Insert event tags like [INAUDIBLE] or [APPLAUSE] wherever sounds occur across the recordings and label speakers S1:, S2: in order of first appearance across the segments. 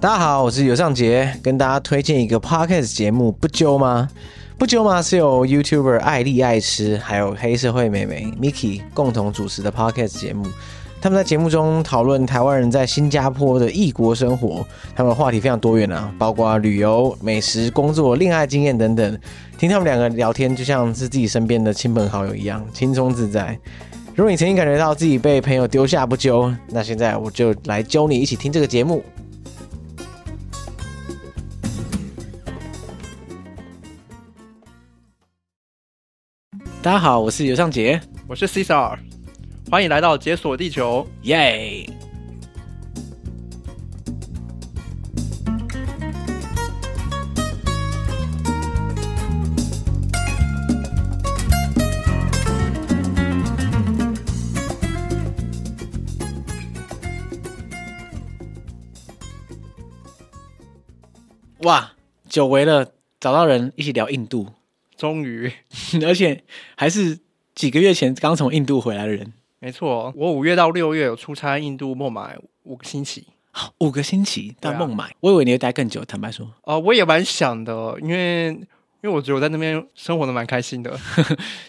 S1: 大家好，我是尤尚杰，跟大家推荐一个 podcast 节目《不揪吗》。不揪吗是由 YouTuber 艾丽爱吃还有黑社会美眉 Miki 共同主持的 podcast 节目。他们在节目中讨论台湾人在新加坡的异国生活，他们的话题非常多元啊，包括旅游、美食、工作、恋爱经验等等。听他们两个聊天，就像是自己身边的亲朋好友一样，轻松自在。如果你曾经感觉到自己被朋友丢下不揪，那现在我就来揪你一起听这个节目。大家好，我是尤尚杰，
S2: 我是 Cesar，欢迎来到解锁地球。
S1: 耶、哇，久违了，找到人一起聊印度， [LAUGHS]
S2: 终于， [LAUGHS]
S1: 而且还是几个月前刚从印度回来的人，
S2: 没错，我五月到六月有出差印度孟买五个星期。
S1: 好五个星期到
S2: 对啊
S1: 孟买，我以为你会待更久，坦白说，
S2: 呃，我也蛮想的，因为因为我觉得我在那边生活的蛮开心的。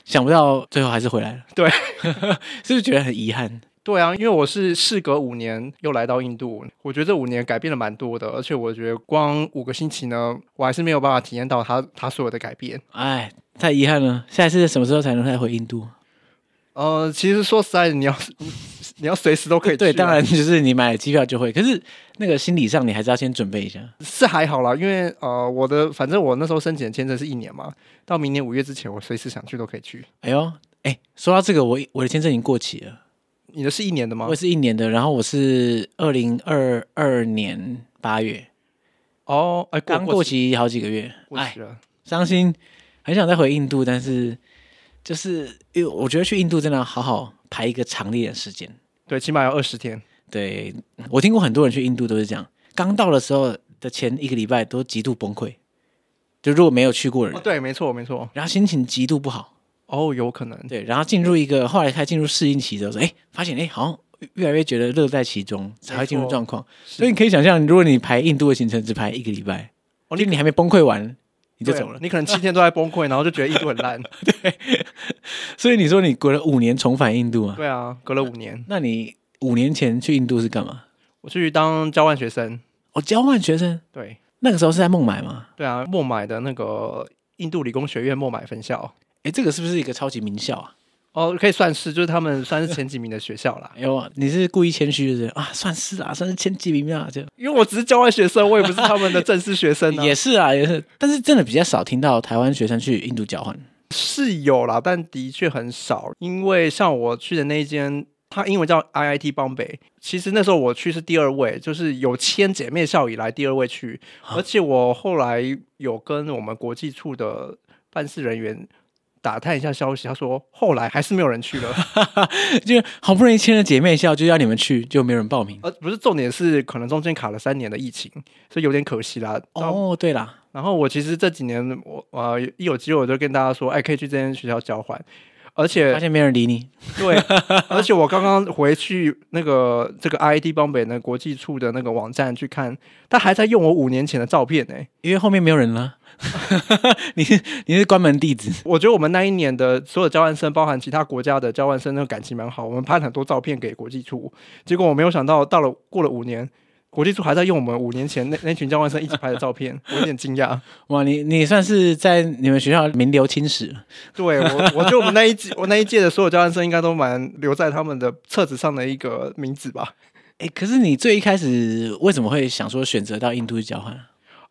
S1: 想不到最后还是回来了，
S2: 对，
S1: [LAUGHS] 是不是觉得很遗憾？
S2: 对啊，因为我是事隔五年又来到印度，我觉得这五年改变了蛮多的，而且我觉得光五个星期呢，我还是没有办法体验到它它所有的改变。
S1: 哎，太遗憾了，下一次什么时候才能再回印度？
S2: 啊呃，其实说实在的，你要 [LAUGHS] 你要随时都可以去啊、
S1: 对，当然就是你买了机票就会，可是那个心理上你还是要先准备一下。
S2: 是还好啦，因为呃，我的反正我那时候申请的签证是一年嘛，到明年五月之前，我随时想去都可以去。
S1: 哎呦，哎，说到这个，我我的签证已经过期了，
S2: 你的是一年的吗
S1: 我？也是一年的，然后我是二零二二年八月
S2: 哦，哎，
S1: 刚
S2: 过
S1: 过期好几个月，
S2: 过
S1: 哎
S2: 期，了。
S1: 伤心，很想再回印度，但是就是因为我觉得去印度真的要好好排一个长列的时间。
S2: 对，起码要二十天。
S1: 对我听过很多人去印度都是这样，刚到的时候的前一个礼拜都极度崩溃，就如果没有去过的
S2: 哦，
S1: 人，
S2: 对，没错，没错。
S1: 然后心情极度不好，
S2: 哦，有可能。
S1: 对，然后进入一个后来开始进入适应期之后，哎，发现哎好像越来越觉得乐在其中，才会进入
S2: 没错
S1: 状况。所以你可以想象，如果你排印度的行程只排一个礼拜，
S2: 哦
S1: 就你还没崩溃完你就走了
S2: 对，你可能七天都在崩溃，然后就觉得印度很
S1: [LAUGHS]
S2: 烂。
S1: 所以你说你隔了五年重返印度啊？
S2: 对啊，隔了五年，
S1: 那你五年前去印度是干嘛？
S2: 我去当交换学生。
S1: 哦，交换学生，
S2: 对，
S1: 那个时候是在孟买吗？
S2: 对啊，孟买的那个印度理工学院孟买分校。
S1: 哎，这个是不是一个超级名校啊？
S2: 哦，可以算是，就是他们算是前几名的学校
S1: [LAUGHS]
S2: 啦。
S1: 哎呦，你是故意谦虚的啊？算是啦、算是前几名啊，就、
S2: 因为我只是交换学生，我也不是他们的正式学生啊。
S1: 也是啊，也是。但是真的比较少听到台湾学生去印度交换。 [LAUGHS]
S2: 是有啦，但的确很少，因为像我去的那一间，它英文叫 IIT 邦北。其实那时候我去是第二位，就是有签姐妹校以来第二位去，而且我后来有跟我们国际处的办事人员打探一下消息，他说后来还是没有人去了。
S1: 就好不容易签了姐妹校，就要你们去，就没有人报名。
S2: 而不是重点是，可能中间卡了三年的疫情，所以有点可惜啦。然后
S1: 哦，对啦，
S2: 然后我其实这几年我呃一有机会我就跟大家说，哎，可以去这间学校交换，而且
S1: 发现没人理你。
S2: 对， [LAUGHS] 而且我刚刚回去那个这个 IIT 邦北的国际处的那个网站去看，他还在用我五年前的照片呢、欸
S1: 因为后面没有人了， [LAUGHS] 你是你是关门弟子，
S2: 我觉得我们那一年的所有交换生，包含其他国家的交换生，那个感情蛮好，我们拍了很多照片给国际处。结果我没有想到，到了过了五年，国际处还在用我们五年前那那群交换生一起拍的照片，我有点惊讶。
S1: 哇！你你算是在你们学校名留青史了，
S2: 对我，我觉得我们那一届，我那一届的所有交换生应该都蛮留在他们的册子上的一个名字吧。
S1: 哎，可是你最一开始为什么会想说选择到印度去交换啊？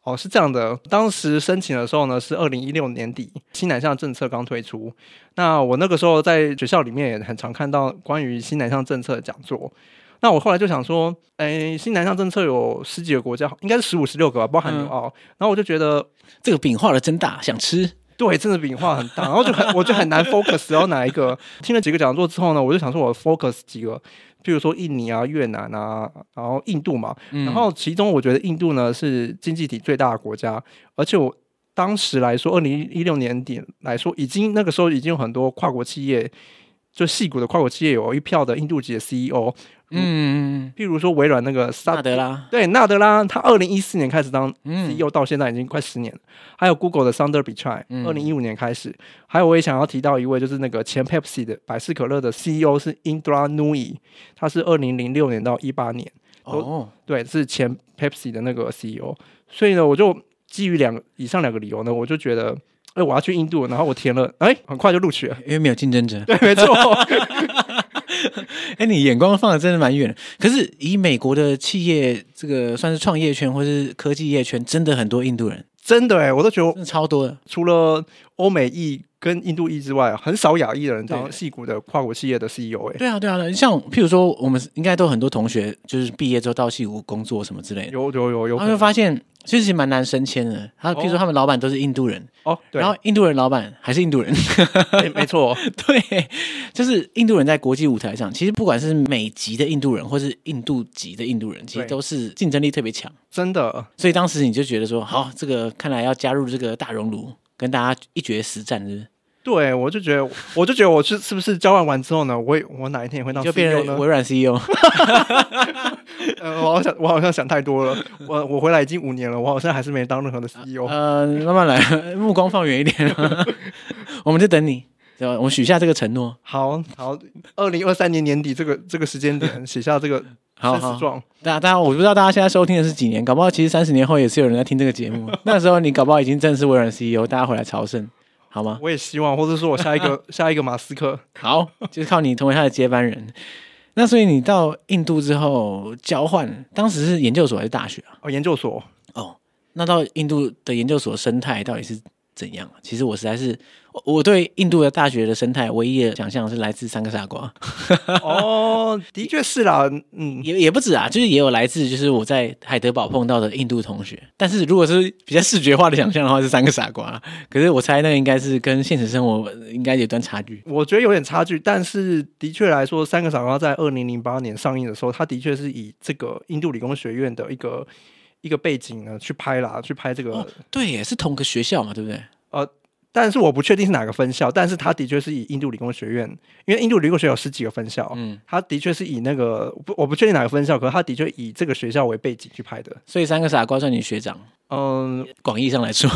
S2: 哦，是这样的，当时申请的时候呢，是二零一六年底新南向政策刚推出。那我那个时候在学校里面也很常看到关于新南向政策的讲座。那我后来就想说，哎，新南向政策有十几个国家，应该是十五、十六个吧，包含纽
S1: 嗯
S2: 澳。然后我就觉得，
S1: 这个饼画的真大，想吃。
S2: 对，真的饼画很大，然后就很我就很难 focus 要哪一个。听了几个讲座之后呢，我就想说，我 focus 几个，比如说印尼啊、越南啊，然后印度嘛，
S1: 嗯
S2: 然后其中我觉得印度呢是经济体最大的国家，而且我当时来说，二零一六年底来说，已经那个时候已经有很多跨国企业就戏骨的跨国企业有一票的印度籍的 CEO，
S1: 嗯，
S2: 譬如说微软那个萨
S1: 纳德拉，
S2: 对纳德拉，他二零一四年开始当
S1: 嗯
S2: CEO 到现在已经快十年了。还有 Google 的 Sundar Pichai，
S1: 嗯
S2: 二零一五年开始。还有我也想要提到一位，就是那个前 Pepsi 的百事可乐的 CEO 是 Indra Nui，他是二零零六年到一八年，
S1: 哦，
S2: 对，是前 Pepsi 的那个 CEO。所以呢，我就基于两个以上两个理由呢，我就觉得，哎、我要去印度，然后我填了，哎、很快就录取了。 [LAUGHS]
S1: 因为没有竞争者。
S2: 对，没错， [LAUGHS]
S1: 哎，你眼光放的真的蛮远的。可是以美国的企业这个算是创业圈或是科技业圈，真的很多印度人，
S2: 真的哎、我都觉得
S1: 真的超多的。
S2: 除了欧美裔跟印度裔之外，很少亚裔的人当
S1: 对
S2: 戏骨的跨国企业的 CEO 哎、
S1: 对啊，对啊，像譬如说，我们应该都有很多同学，就是毕业之后到戏谷工作什么之类的，
S2: 有有有有
S1: 他
S2: 可
S1: 们会
S2: 能
S1: 发现其实蛮难升迁的。他譬如说，
S2: 哦
S1: 他们老板都是印度人，
S2: 哦，对，
S1: 然后印度人老板还是印度人，
S2: 对没错，
S1: [LAUGHS] 对，就是印度人在国际舞台上，其实不管是美籍的印度人，或是印度籍的印度人，其实
S2: 对
S1: 都是竞争力特别强。
S2: 真的
S1: 所以当时你就觉得说，好，这个看来要加入这个大熔炉，跟大家一决死战，是不是？
S2: 对，我就觉得，我就觉得我是是不是交换完之后呢，我也我哪一天也会当
S1: 你就变
S2: CEO
S1: 成
S2: 呢？
S1: 微软 E
S2: [LAUGHS]
S1: CEO，
S2: 呃，我好想，我好像想太多了。我我回来已经五年了，我好像还是没当任何的 E CEO。
S1: 呃，慢慢来， [LAUGHS] 目光放远一
S2: [LAUGHS]
S1: 点， [LAUGHS] 我们就等你，对吧？我们许下这个承诺，
S2: 好好，二零二三年年底这个这个时间点写下这个
S1: [LAUGHS] 好
S2: 生
S1: 好
S2: 死状，
S1: 大家，大家，我不知道大家现在收听的是几年，搞不好其实三十年后也是有人在听这个节 [LAUGHS] 目，那时候你搞不好已经正式微软 CEO，大家 E 回来朝圣，好吗？
S2: 我也希望，或者说我下一
S1: [LAUGHS]
S2: 个下一个马斯克，
S1: 好，就是靠你成为他的接班人。那所以你到印度之后交换，当时是研究所还是大学啊？
S2: 哦，研
S1: [LAUGHS]
S2: 究所，
S1: 哦，那到印度的研究所生态到底是怎样啊？其实我实在是，我我对印度的大学的生态唯一的想象是来自三个傻瓜，
S2: 哦，的确是啦，嗯，
S1: 也也不止啊，就是也有来自就是我在海德堡碰到的印度同学。但是如果是比较视觉化的想象的话，是三个傻瓜。可是我猜那个应该是跟现实生活应该有一段差距。
S2: 我觉得有点差距，但是的确来说，《三个傻瓜》在二零零八年上映的时候，它的确是以这个印度理工学院的一个一个背景呢去拍啦，去拍这个。
S1: 哦对耶，是同个学校嘛，对不对？
S2: 但是我不确定是哪个分校，但是它的确是以印度理工学院，因为印度理工学有十几个分校，
S1: 嗯，
S2: 它的确是以那个我不我不确定哪个分校，可是它的确以这个学校为背景去拍的。
S1: 所以三个傻瓜算你学长。
S2: 嗯，
S1: 广义上来说，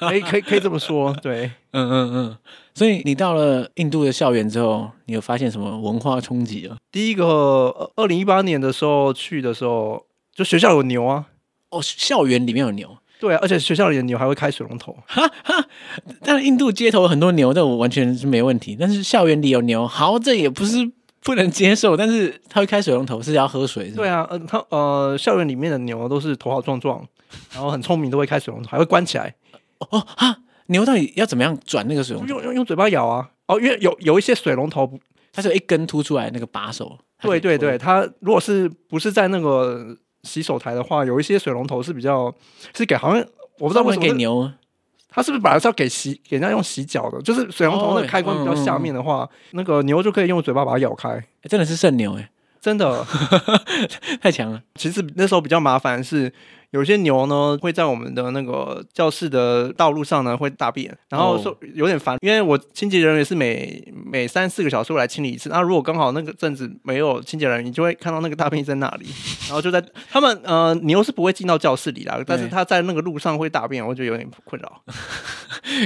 S2: 可以可以可以这么说，对。
S1: 嗯嗯嗯。所以你到了印度的校园之后，你有发现什么文化冲击了？
S2: 第一个，二零一八年的时候去的时候，就学校有牛啊，
S1: 哦，校园里面有牛，
S2: 对啊，而且学校里的牛还会开水龙头。
S1: [LAUGHS] 当然印度街头有很多牛，这我完全是没问题。但是校园里有牛，好，这也不是不能接受。但是它会开水龙头，是要喝水是吗
S2: 对啊，呃，他呃，校园里面的牛都是头好壮壮，然后很聪明，都会开水龙头，还会关起来，
S1: 哦哈，牛到底要怎么样转那个水龙头？
S2: 用用用嘴巴咬啊。哦，因为有有一些水龙头不，
S1: 它是有一根凸出来那个把手。它可
S2: 对
S1: 以
S2: 对
S1: 推
S2: 对，，它如果是不是在那个洗手台的话，有一些水龙头是比较是给好像
S1: 不
S2: 我不知道为什么
S1: 给
S2: 是，
S1: 牛。啊
S2: 它是不是本来是要给洗给人家用洗脚的？就是水龙头
S1: 哦
S2: 那个开关比较下面的话，那个牛就可以用嘴巴把它咬开。
S1: 诶真的是圣牛哎，
S2: 真的，
S1: [LAUGHS] 太强了！
S2: 其实那时候比较麻烦的是，有些牛呢会在我们的那个教室的道路上呢会大便，然后
S1: 哦
S2: 说有点烦，因为我清洁人员是每每三四个小时会来清理一次，那如果刚好那个阵子没有清洁人员，你就会看到那个大便在那里， [LAUGHS] 然后就在他们呃牛是不会进到教室里啦，但是他在那个路上会大便，我觉得有点困扰。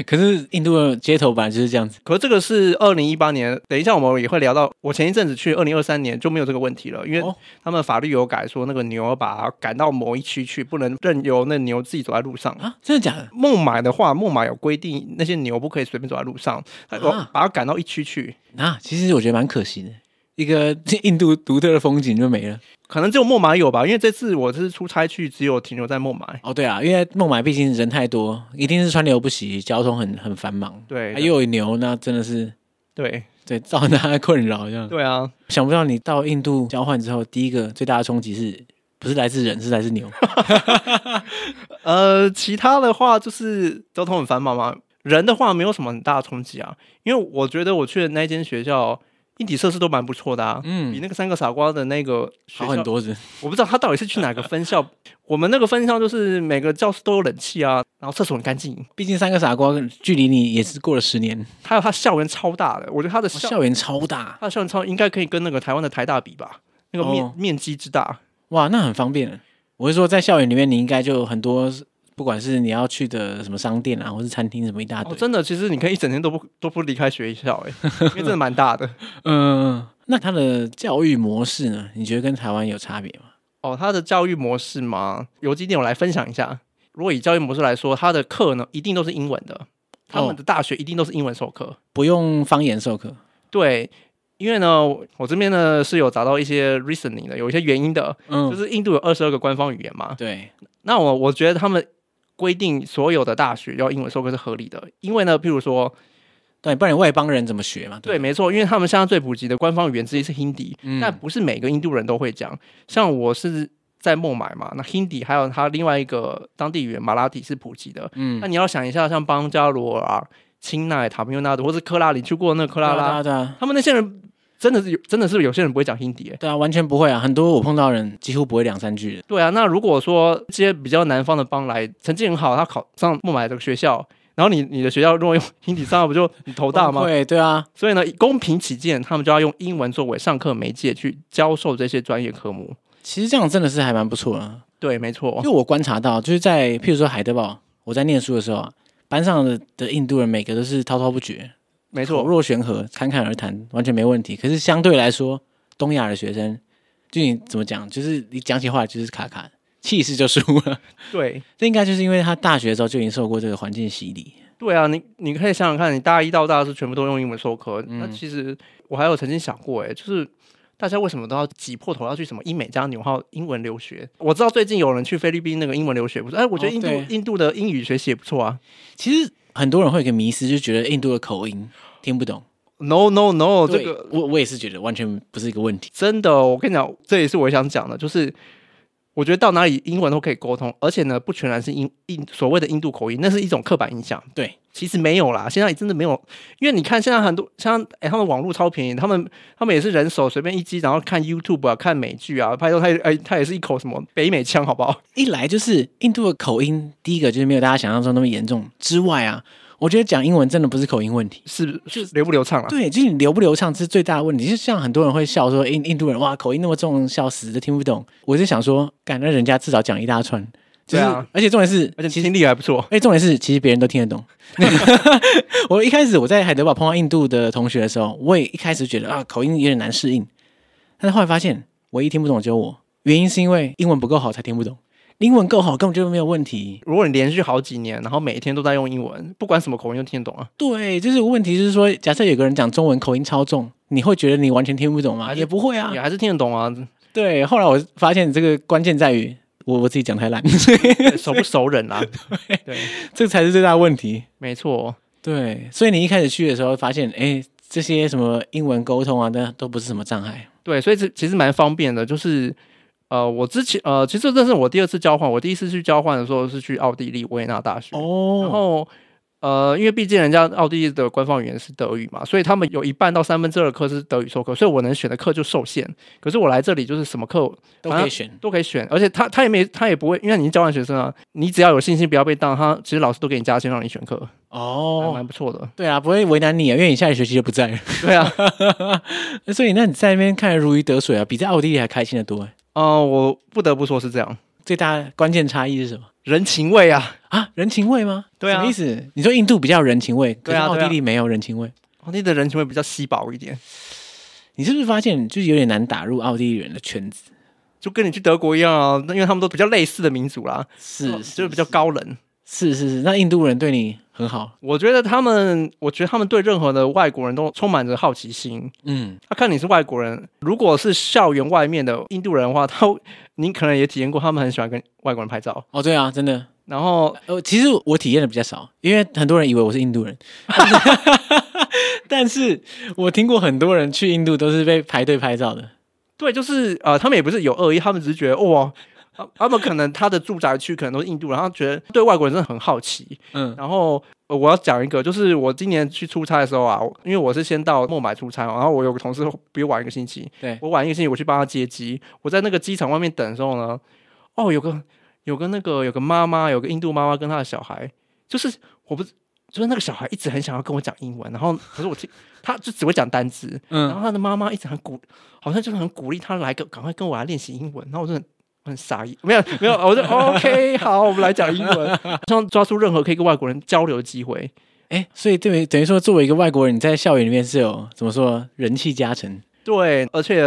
S1: 可是印度的街头本来就是这样子，
S2: 可这个是二零一八年，等一下我们也会聊到，我前一阵子去二零二三年就没有这个问题了，因为
S1: 哦
S2: 他们法律有改说那个牛要把它赶到某一区去，不能任由那牛自己走在路上。
S1: 啊，真的假的？
S2: 孟买的话，孟买有规定，那些牛不可以随便走在路上，它有
S1: 啊
S2: 把它赶到一区去，
S1: 啊，其实我觉得蛮可惜的，一个印度独特的风景就没了。
S2: 可能只有孟买有吧。因为这次我是出差去，只有停留在孟买。
S1: 哦，对啊，因为孟买毕竟人太多，一定是川流不息，交通很很繁忙，
S2: 对
S1: 啊、又有牛，那真的是
S2: 对
S1: 对造成大家的困扰这样。
S2: 对啊，
S1: 想不到你到印度交换之后，第一个最大的冲击是不是来自人，是来自
S2: [LAUGHS]
S1: 牛？
S2: 呃，其他的话就是交通很繁忙嘛。人的话没有什么很大的冲击啊，因为我觉得我去的那间学校硬体设施都蛮不错的啊，比
S1: 嗯，
S2: 那个三个傻瓜的那个学
S1: 好
S2: 校
S1: 很多是，
S2: 我不知道他到底是去哪个分校。我们那个分校就是每个教室都有冷气啊，然后厕所很干净。
S1: 毕竟三个傻瓜距离你也是过了十年，哦
S2: 还有他校园超大的，我觉得他的校
S1: 校园超大，
S2: 啊他的校园超应该可以跟那个台湾的台大比吧，那个面、
S1: 哦
S2: 面积之大。
S1: 哇，那很方便。我是说，在校园里面，你应该就很多，不管是你要去的什么商店啊，或是餐厅什么一大堆
S2: 哦，。真的，其实你可以一整天都不都不离开学校、欸，因为真的蛮大的。
S1: 嗯、那它的教育模式呢？你觉得跟台湾有差别吗？
S2: 哦，他的教育模式嘛，有几点我来分享一下。如果以教育模式来说，他的课呢一定都是英文的，他们的大学一定都是英文授课。
S1: 不用方言授课，
S2: 对，因为呢，我这边呢是有找到一些 reasoning 的，有一些原因的，
S1: 嗯，
S2: 就是印度有二十二个官方语言嘛。
S1: 对，
S2: 那我我觉得他们规定所有的大学要英文授课是合理的，因为呢，譬如说，
S1: 对，不然你外邦人怎么学嘛？
S2: 对，
S1: 吧，
S2: 没错，因为他们现在最普及的官方语言之一是 Hindi，、
S1: 嗯
S2: 但不是每个印度人都会讲。像我是在孟买嘛，那 Hindi 还有它另外一个当地语言马拉提是普及的。
S1: 嗯
S2: 那，你要想一下，像邦加罗尔啊、钦奈、塔米尤纳德，或是科拉，你去过那个科
S1: 对
S2: 拉
S1: 啊
S2: 拉，
S1: 对啊对啊，
S2: 他们那些人真的是有，真的是有些人不会讲 Hindi 欸
S1: 对啊，完全不会啊，很多我碰到人几乎不会两三句的。
S2: 对啊，那如果说这些比较南方的帮来成绩很好，他考上孟买这个学校，然后你你的学校如果用 [LAUGHS] Hindi 上，不就你头大吗？
S1: 对对啊，
S2: 所以呢，以公平起见，他们就要用英文作为上课媒介去教授这些专业科目。
S1: 其实这样真的是还蛮不错的。
S2: 对，没错
S1: 因为。我观察到，就是在譬如说海德堡，我在念书的时候啊，班上的的印度人每个都是滔滔不绝，
S2: 没
S1: 口
S2: 错，
S1: 若悬河，侃侃而谈，完全没问题。可是相对来说，东亚的学生，就你怎么讲，就是你讲起话来就是卡卡的，气势就输了。
S2: 对
S1: 这应该就是因为他大学的时候就已经受过这个环境洗礼。
S2: 对啊，你你可以想想看，你大一到大四全部都用英文授课，
S1: 嗯
S2: 那其实我还有曾经想过、欸，哎，就是。大家为什么都要挤破头要去什么英美加纽澳英文留学？我知道最近有人去菲律宾那个英文留学，不是？哎，我觉
S1: 哦
S2: 得印度、
S1: 对
S2: 印度的英语学习也不错啊。
S1: 其实很多人会有一个迷失，就觉得印度的口音听不懂。
S2: No no no，这哦
S1: 对
S2: 个
S1: 我我也是觉得完全不是一个问题。
S2: 真的，我跟你讲，这也是我想讲的，就是我觉得到哪里英文都可以沟通，而且呢，不全然是印印所谓的印度口音，那是一种刻板印象。
S1: 对，
S2: 其实没有啦，现在真的没有，因为你看现在很多像哎，他们网络超便宜，他们他们也是人手随便一机，然后看 YouTube 啊，看美剧啊，拍到他也哎，他也是一口什么 [LAUGHS] 北美腔，好不好？
S1: 一来就是印度的口音，第一个就是没有大家想象中那么严重之外啊，我觉得讲英文真的不是口音问题。
S2: 是是流不流畅啊？
S1: 对，就是你流不流畅是最大的问题。就像很多人会笑说印印度人哇口音那么重，笑死都听不懂。我就想说，干那人家至少讲一大串，就是、
S2: 对啊
S1: 而且重点是，
S2: 而且
S1: 其实
S2: 听力还不错。
S1: 哎而且重点是，其实别人都听得懂。 [LAUGHS] 我一开始我在海德堡碰到印度的同学的时候，我也一开始觉得啊口音有点难适应，但是后来发现唯一听不懂只有我，原因是因为英文不够好才听不懂，英文够好根本就没有问题。
S2: 如果你连续好几年，然后每一天都在用英文，不管什么口音都听得懂啊。
S1: 对，就是问题就是说，假设有个人讲中文口音超重，你会觉得你完全听不懂吗？
S2: 还是
S1: 也不会啊
S2: 你。还是听得懂啊，
S1: 对，后来我发现这个关键在于我我自己讲太烂， [LAUGHS]
S2: 熟不熟人啊？对，
S1: 这才是最大的问题。
S2: 没错，
S1: 对，所以你一开始去的时候发现，哎，这些什么英文沟通啊，那都不是什么障碍。
S2: 对，所以这其实蛮方便的，就是。呃，我之前呃，其实这是我第二次交换。我第一次去交换的时候是去奥地利维也纳大学，然
S1: 哦，
S2: 后呃，因为毕竟人家奥地利的官方语言是德语嘛，所以他们有一半到三分之二的课是德语授课，所以我能选的课就受限。可是我来这里就是什么课
S1: 都可以选。
S2: 都可以选，而且他他也没他也不会，因为你是交换学生啊，你只要有信心不要被当，他其实老师都给你加薪让你选课，还
S1: 哦，
S2: 蛮不错的。
S1: 对啊，不会为难你啊，因为你下个学期就不在 [LAUGHS]
S2: 对啊，
S1: 了。所以那你在那边看得如鱼得水啊，比在奥地利还开心的多。哎
S2: 呃，我不得不说是这样，
S1: 最大的关键差异是什么
S2: 人情味啊。
S1: 啊？人情味吗？
S2: 对啊
S1: 什么意思？你说印度比较有人情味，可
S2: 对
S1: 是
S2: 啊
S1: 奥
S2: 对啊
S1: 地利没有人情味。
S2: 奥地利的人情味比较稀薄一点，
S1: 你是不是发现就是有点难打入奥地利人的圈子？
S2: 就跟你去德国一样啊，那因为他们都比较类似的民族啦，
S1: 是
S2: 哦就是比较高冷。
S1: 是是是，那印度人对你很好，
S2: 我觉得他们，我觉得他们对任何的外国人都充满着好奇心。
S1: 嗯，
S2: 他看你是外国人，如果是校园外面的印度人的话，他您可能也体验过，他们很喜欢跟外国人拍照。
S1: 哦，对啊，真的，
S2: 然后
S1: 呃，其实我体验的比较少，因为很多人以为我是印度人，但是我听过很多人去印度都是被排队拍照的，
S2: 对，就是呃，他们也不是有恶意，他们只是觉得哇、他他们可能他的住宅区可能都是印度人，然后觉得对外国人真的很好奇。
S1: 嗯
S2: 然后呃我要讲一个，就是我今年去出差的时候啊，我因为我是先到孟买出差嘛，然后我有个同事比我晚一个星期，
S1: 对
S2: 我晚一个星期我去帮他接机，我在那个机场外面等的时候呢，哦，有个有个那个有个妈妈，有个印度妈妈跟她的小孩，就是我不是就是那个小孩一直很想要跟我讲英文，然后可是我听他就只会讲单字，然
S1: 嗯
S2: 后他的妈妈一直很鼓，好像就是很鼓励他来跟赶快跟我来练习英文，然后我就很。我很傻眼，没有没有，我就 OK，好，我们来讲英文， [LAUGHS] 像抓住任何可以跟外国人交流的机会。
S1: 哎，所以对于等于说，作为一个外国人，你在校园里面是有怎么说人气加成？
S2: 对，而且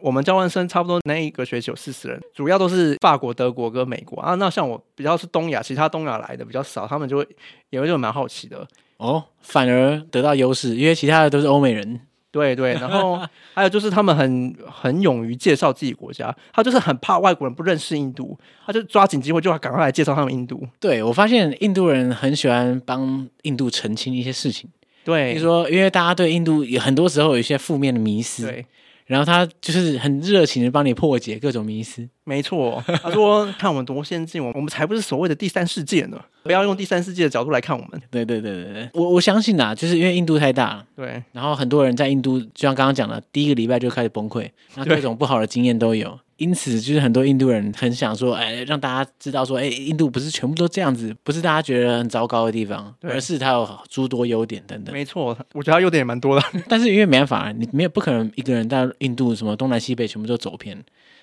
S2: 我们交换生差不多那一个学期有四十人，主要都是法国、德国跟美国啊。那像我比较是东亚，其他东亚来的比较少，他们就会也会就蛮好奇的。
S1: 哦，反而得到优势，因为其他的都是欧美人。
S2: 对对，然后还有就是他们很很勇于介绍自己国家，他就是很怕外国人不认识印度，他就抓紧机会就要赶快来介绍他们印度。
S1: 对我发现印度人很喜欢帮印度澄清一些事情，比
S2: 对，
S1: 如说，因为大家对印度有很多时候有一些负面的迷思，
S2: 对，
S1: 然后他就是很热情的帮你破解各种迷思。
S2: 没错。他说：“看我们多先进，我我们才不是所谓的第三世界呢！不要用第三世界的角度来看我们。
S1: 对对对对对，我我相信啊，就是因为印度太大了，”
S2: 对，
S1: 然后很多人在印度，就像刚刚讲的，第一个礼拜就开始崩溃，那各种不好的经验都有。因此，就是很多印度人很想说，哎，让大家知道说，哎，印度不是全部都这样子，不是大家觉得很糟糕的地方，
S2: 对
S1: 而是它有诸多优点等等。
S2: 没错。我觉得他优点也蛮多的。
S1: 但是因为没办法，啊你没有不可能一个人到印度什么东南西北全部都走偏，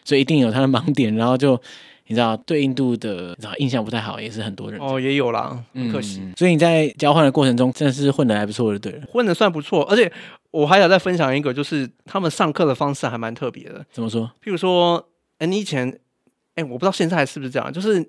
S1: 所以一定有他的盲点。然后就你知道，对印度的你知道印象不太好，也是很多人。
S2: 哦，也有啦，很
S1: 嗯
S2: 可惜。
S1: 所以你在交换的过程中，真的是混的还不错的，对了。
S2: 混的算不错，而且我还想再分享一个，就是他们上课的方式还蛮特别的。
S1: 怎么说？
S2: 譬如说，哎、你以前，哎、我不知道现在是不是这样，就是，譬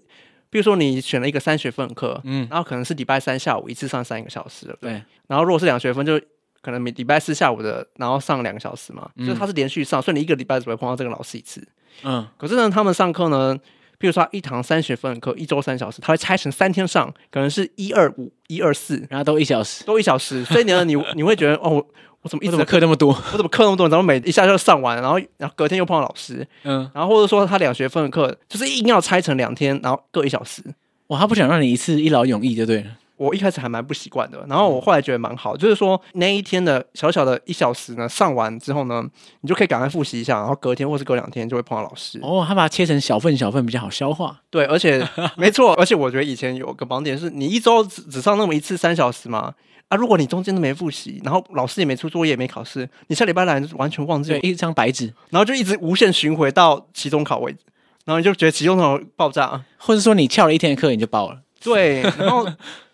S2: 如说你选了一个三学分的课，
S1: 嗯，
S2: 然后可能是礼拜三下午一次上三个小时，
S1: 对，
S2: 然后如果是两学分，就可能每礼拜四下午的，然后上两个小时嘛，
S1: 嗯
S2: 就是它是连续上，所以你一个礼拜只会碰到这个老师一次。
S1: 嗯，
S2: 可是呢，他们上课呢，譬如说他一堂三学分的课，一周三小时，他会拆成三天上，可能是一二五、一二四
S1: 然后都一小时，
S2: 都一小时，所以呢，你 [LAUGHS] 你会觉得哦，我我怎么一
S1: 我怎
S2: 直在
S1: 么课那么多？
S2: 我怎么课那么多，然后每一下就上完，然后然后隔天又碰到老师，
S1: 嗯，
S2: 然后或者说他两学分的课就是硬要拆成两天，然后各一小时。
S1: 哇，他不想让你一次一劳永逸就对了。
S2: 我一开始还蛮不习惯的，然后我后来觉得蛮好，就是说那一天的小小的一小时呢，上完之后呢，你就可以赶快复习一下，然后隔天或是隔两天就会碰到老师。
S1: 哦，他把它切成小份小份比较好消化。
S2: 对，
S1: [LAUGHS]
S2: 而且没错，而且我觉得以前有个盲点是，你一周只只上那么一次三小时嘛，啊，如果你中间都没复习，然后老师也没出作业，也没考试，你下礼拜来完全忘记
S1: 对，，一张白纸，
S2: 然后就一直无限巡回到期中考为止，然后你就觉得期中考爆炸。
S1: 或者说你翘了一天的课你就爆了。
S2: 对，然后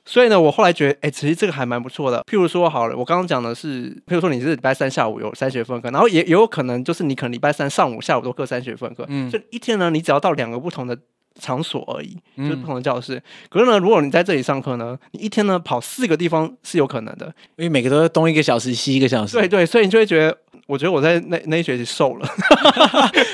S2: 所以呢，我后来觉得，哎，其实这个还蛮不错的。譬如说，好了，我刚刚讲的是，譬如说你是礼拜三下午有三学分课，然后也也有可能就是你可能礼拜三上午、下午都各三学分课，
S1: 嗯
S2: 所以一天呢，你只要到两个不同的。场所而已，就是不
S1: 嗯，
S2: 同的教室。可是呢，如果你在这里上课呢，你一天呢跑四个地方是有可能的。
S1: 因为每个都是东一个小时西一个小时。
S2: 对对，所以你就会觉得，我觉得我在那那一学期瘦了。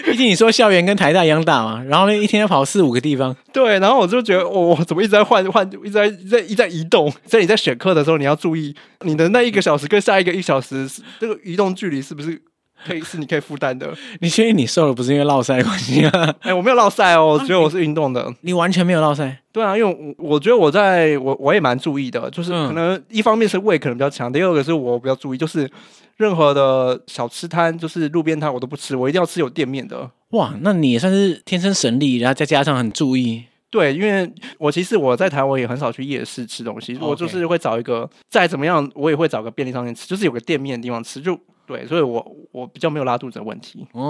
S1: 毕竟你说校园跟台大一样大嘛，然后呢一天要跑四五个地 [LAUGHS] 方，
S2: 对，然后我就觉得，哦我、我怎么一直在换换，一直在在一直在移动。所以你在选课的时候，你要注意你的那一个小时跟下一个一小时是这个移动距离是不是可以是你可以负担的？
S1: 你确定你瘦了不是因为落塞的关系 [LAUGHS] 啊？
S2: 哎，我没有落赛哦，我觉得我是运动的。
S1: 你完全没有落塞，
S2: 对啊，因为我我觉得我在我我也蛮注意的，就是可能一方面是胃可能比较强，第二个是我比较注意，就是任何的小吃摊，就是路边摊我都不吃，我一定要吃有店面的。
S1: 哇，那你也算是天生神力，然后再加上很注意，
S2: 对，因为我其实我在台湾也很少去夜市吃东西，我就
S1: OK
S2: 是会找一个再怎么样，我也会找个便利商店吃，就是有个店面的地方吃，就对，所以我我比较没有拉肚子的问题。
S1: 哦哦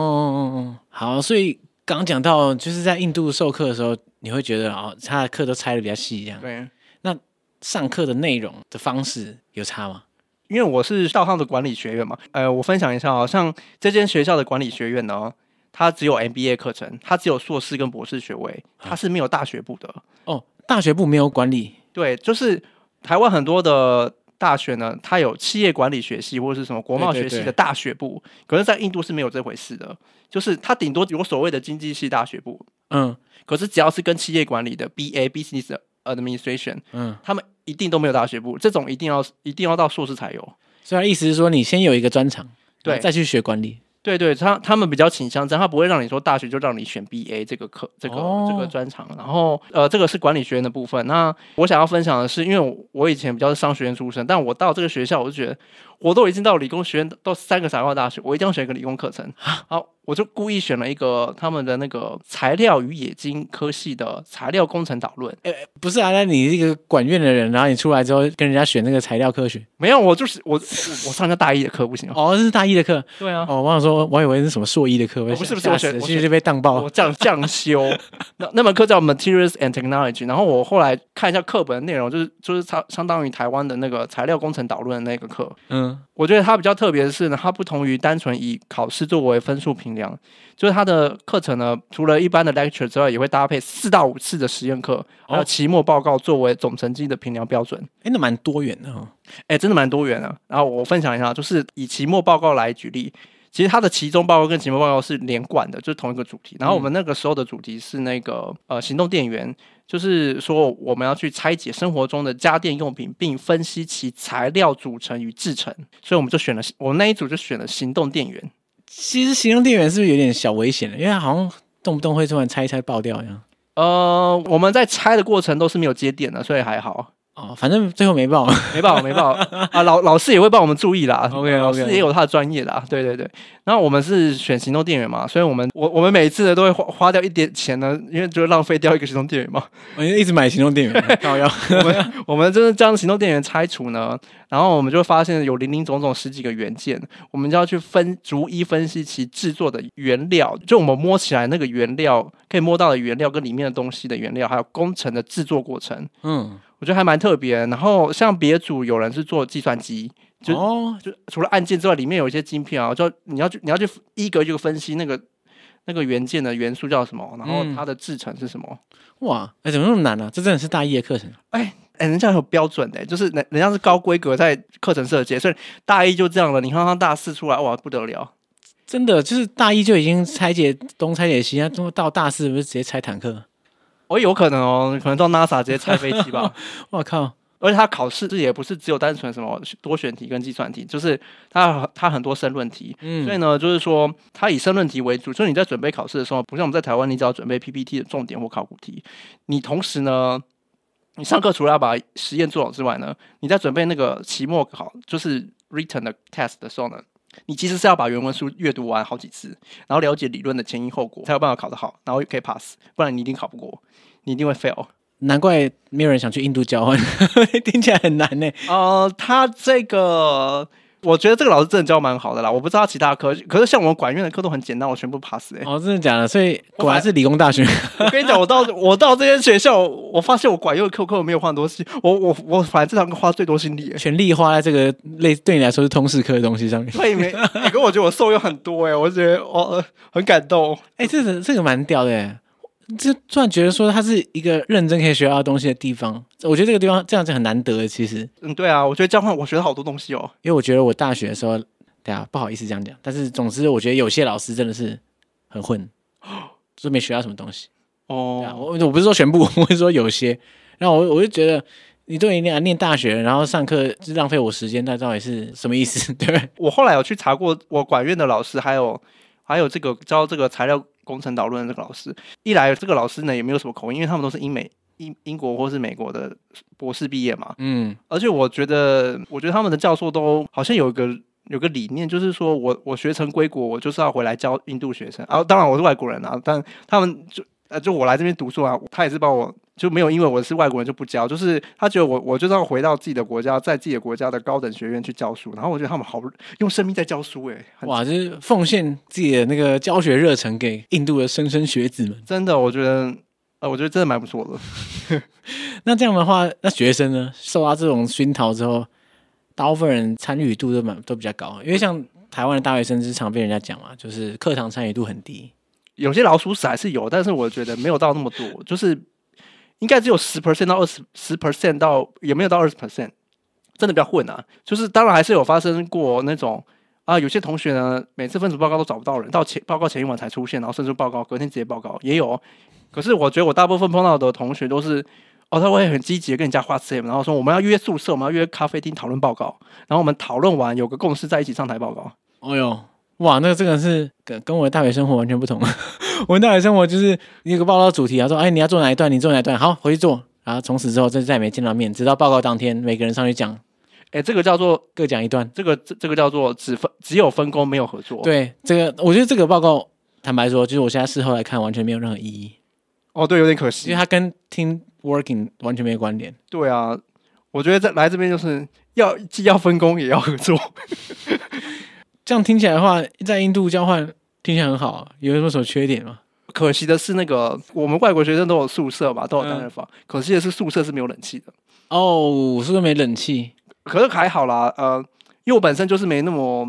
S1: 哦，好，所以刚刚讲到就是在印度授课的时候，你会觉得哦，他的课都拆的比较细，这样
S2: 对，
S1: 上课的内容的方式有差吗？
S2: 因为我是到他的管理学院嘛，呃，我分享一下哦，像这间学校的管理学院呢，它只有 MBA 课程，它只有硕士跟博士学位，它是没有大学部的。
S1: 哦，大学部没有管理，
S2: 对，就是台湾很多的大学呢，它有企业管理学系或者是什么国贸
S1: 对
S2: 学
S1: 对
S2: 系
S1: 对
S2: 的大学部，可是，在印度是没有这回事的，就是它顶多有所谓的经济系大学部，
S1: 嗯
S2: 可是只要是跟企业管理的 BA Business Administration，
S1: 嗯，
S2: 他们一定都没有大学部，这种一定要一定要到硕士才有。
S1: 所以他意思是说你先有一个专长，
S2: 对
S1: 然后再去学管理，
S2: 对对，他他们比较倾向这样，他不会让你说大学就让你选 BA 这个课这个、这
S1: 哦
S2: 个专长。然后呃，这个是管理学院的部分。那我想要分享的是，因为我我以前比较是商学院出身，但我到这个学校，我就觉得我都已经到理工学院，到三个傻瓜大学，我一定要选一个理工课 [LAUGHS] 程。好，我就故意选了一个他们的那个材料与冶金科系的材料工程导论。
S1: 不是啊，那你是一个管院的人，然后你出来之后跟人家选那个材料科学，
S2: 没有，我就是我我我上人家大一的课不行哦。
S1: 哦，这是大一的课，
S2: 对啊，
S1: 哦，我忘了说，我以为是什么硕一的课，我
S2: 哦不是不是
S1: 吓死
S2: 我选
S1: 了
S2: 我
S1: 其实
S2: 选
S1: 就被当爆
S2: 我。降降修，那那门课叫 Materials and Technology。然后我后来看一下课本的内容，就是就是它相当于台湾的那个材料工程导论的那个课。
S1: 嗯，
S2: 我觉得它比较特别的是呢，它不同于单纯以考试作为分数评量，就是它的课程呢，除了一般的 lecture 之外，也会搭配四到五次的实验课，还有期末报告作为总成绩的评量标准。
S1: 哎，那蛮多元的哦。
S2: 哎，真的蛮多元的。然后我分享一下，就是以期末报告来举例，其实它的期中报告跟期末报告是连贯的，就是同一个主题。然后我们那个时候的主题是那个呃行动电源，就是说我们要去拆解生活中的家电用品，并分析其材料组成与制成。所以我们就选了，我们那一组就选了行动电源。
S1: 其实行动电源是不是有点小危险了？因为它好像动不动会突然拆一拆爆掉一样。
S2: 呃，我们在拆的过程都是没有接电的，所以还好，
S1: 哦，反正最后没爆。 [LAUGHS]
S2: 没办法，没办法啊。老老师也会帮我们注意啦，
S1: OK
S2: 老师也有他的专业的、啊，对对对。然后我们是选行动电源嘛，所以我们我我们每一次呢都会花花掉一点钱呢，因为就会浪费掉一个行动电源嘛。 [LAUGHS]
S1: 我就一直买行动电源，靠腰。
S2: 我们就是将行动电源拆除呢，然后我们就会发现有零零总总十几个元件，我们就要去分逐一分析其制作的原料，就我们摸起来那个原料可以摸到的原料跟里面的东西的原料，还有工程的制作过程，
S1: 嗯，
S2: 我觉得还蛮特别的。然后像别组有人是做计算机，就
S1: 哦，
S2: 就除了按键之外，里面有一些晶片啊，就你要去你要去一格一个分析那个那个元件的元素叫什么，然后
S1: 嗯
S2: 它的制成是什么。
S1: 哇，哎，怎么那么难呢、这真的是大一的课程。
S2: 哎、人家很有标准的、就是人人家是高规格在课程设计，所以大一就这样了。你看他大四出来，哇，不得了！
S1: 真的就是大一就已经拆解东拆解西，那到到大四不是直接拆坦克？
S2: 哦，有可能哦，可能到 NASA 直接拆飞机吧。
S1: 我靠！
S2: 而且他考试也不是只有单纯什么多选题跟计算题，就是他他很多申论题，
S1: 嗯
S2: 所以呢，就是说它以申论题为主，所以你在准备考试的时候，不像我们在台湾，你只要准备 PPT 的重点或考古题，你同时呢，你上课除了要把实验做好之外呢，你在准备那个期末考，就是 written 的 test 的时候呢。你其实是要把原文书阅读完好几次，然后了解理论的前因后果，才有办法考得好，然后可以 pass，不然你一定考不过，你一定会 fail。
S1: 难怪没有人想去印度交换， [LAUGHS] 听起来很难呢。
S2: 呃，他这个，我觉得这个老师真的教蛮好的啦。我不知道其他科，可是像我们管院的课都很简单，我全部 pass 哎、
S1: 哦，真的假的？所以果然是理工大学。
S2: 我跟你讲，我到我到这间学校，我发现我管院的课课没有花很多心，我我我反正这堂课花最多心力、欸。
S1: 全力花在这个类对你来说是通识课的东西上面。
S2: 所
S1: [LAUGHS]
S2: 以没，欸可我觉得我受用很多哎、我觉得我、呃很感动。
S1: 哎、这个这个蛮屌的耶，这突然觉得说它是一个认真可以学到的东西的地方。我觉得这个地方这样子很难得的，其实，
S2: 嗯，对啊，我觉得交换我学到好多东西哦。
S1: 因为我觉得我大学的时候，对啊，不好意思这样讲，但是总之我觉得有些老师真的是很混，就没学到什么东西。对啊，
S2: 哦，
S1: 我我不是说全部， [LAUGHS] 我是说有些。然后我我就觉得，你都已经来念大学，然后上课就浪费我时间，那到底是什么意思？ [LAUGHS] 对不对？
S2: 我后来有去查过我管院的老师，还有还有这个教这个材料工程导论的这个老师。一来这个老师呢也没有什么口音，因为他们都是英美英英国或是美国的博士毕业嘛。
S1: 嗯，
S2: 而且我觉得，我觉得他们的教授都好像有一个有个理念，就是说我我学成归国，我就是要回来教印度学生。啊，当然我是外国人啊，但他们就呃就我来这边读书啊，他也是帮我。就没有因为我是外国人就不教，就是他觉得我我就是要回到自己的国家，在自己的国家的高等学院去教书，然后我觉得他们好用生命在教书、欸，很
S1: 哇，就是奉献自己的那个教学热忱给印度的莘莘学子们。
S2: 真的，我觉得呃，我觉得真的蛮不错的。
S1: 那这样的话，那学生呢，受到这种熏陶之后，大部分人参与度都蛮都比较高，因为像台湾的大学生是常被人家讲嘛，就是课堂参与度很低。
S2: 有些老鼠屎还是有，但是我觉得没有到那么多，就是应该只有十 percent 到二十十 percent 到也没有到二十 percent，真的比较混啊。就是当然还是有发生过那种啊，有些同学呢每次分组报告都找不到人，到前报告前一晚才出现，然后甚至报告隔天直接报告也有。可是我觉得我大部分碰到的同学都是。哦，他会很积极的跟人家画 CM，然后说我们要约宿舍，我们要约咖啡厅讨论报告，然后我们讨论完有个共识在一起上台报告。
S1: 哦哟，哇，那个这个是跟跟我的大学生活完全不同。 [LAUGHS] 我们大学生活就是有个报告主题，然后说，哎，你要做哪一段？你做哪一段？好，回去做。然后从此之后，再再也没见到面，直到报告当天，每个人上去讲，
S2: 哎，这个叫做
S1: 各讲一段。
S2: 这个这这个叫做只分只有分工没有合作。，
S1: 对，这个我觉得这个报告，坦白说，就是我现在事后来看，完全没有任何意义，
S2: 哦，对，有点可
S1: 因为
S2: 惜。
S1: 它跟 team working 完全没有关联。
S2: 对啊，我觉得在来这边就是要既要分工也要合作。
S1: 这样听起来的话，在印度交换听起来很好啊，有什么什么缺点吗？
S2: 可惜的是，那个我们外国学生都有宿舍嘛，都有单
S1: 嗯
S2: 人房。可惜的是，宿舍是没有冷气的。
S1: 哦，是不是没冷气？
S2: 可是还好啦，呃，因为我本身就是没那么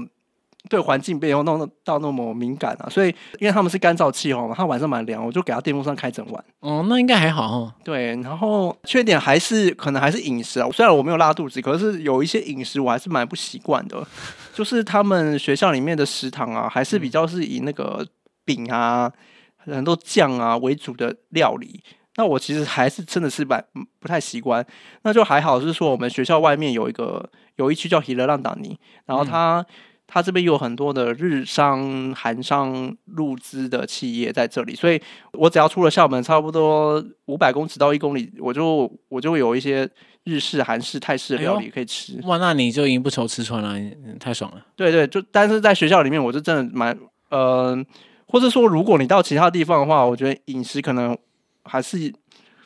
S2: 对环境没有弄得到那么敏感啊，所以因为他们是干燥气候嘛，他晚上蛮凉，我就给他电风扇开整晚。
S1: 哦，那应该还好哦。
S2: 对，然后缺点还是可能还是饮食啊，虽然我没有拉肚子，可是有一些饮食我还是蛮不习惯的，就是他们学校里面的食堂啊，还是比较是以那个饼啊、很多酱啊为主的料理。那我其实还是真的是蛮不太习惯，那就还好是说我们学校外面有一个有一区叫希勒浪达尼，然后它、它这边有很多的日商、韩商入资的企业在这里，所以我只要出了校门，差不多五百公尺到一公里，我就我就会有一些日式、韩式、泰式的料
S1: 哎
S2: 理可以吃。
S1: 哇，那你就已经不愁吃穿了，嗯太爽了。
S2: 对对，就但是在学校里面，我是真的蛮呃，或者说如果你到其他地方的话，我觉得饮食可能还是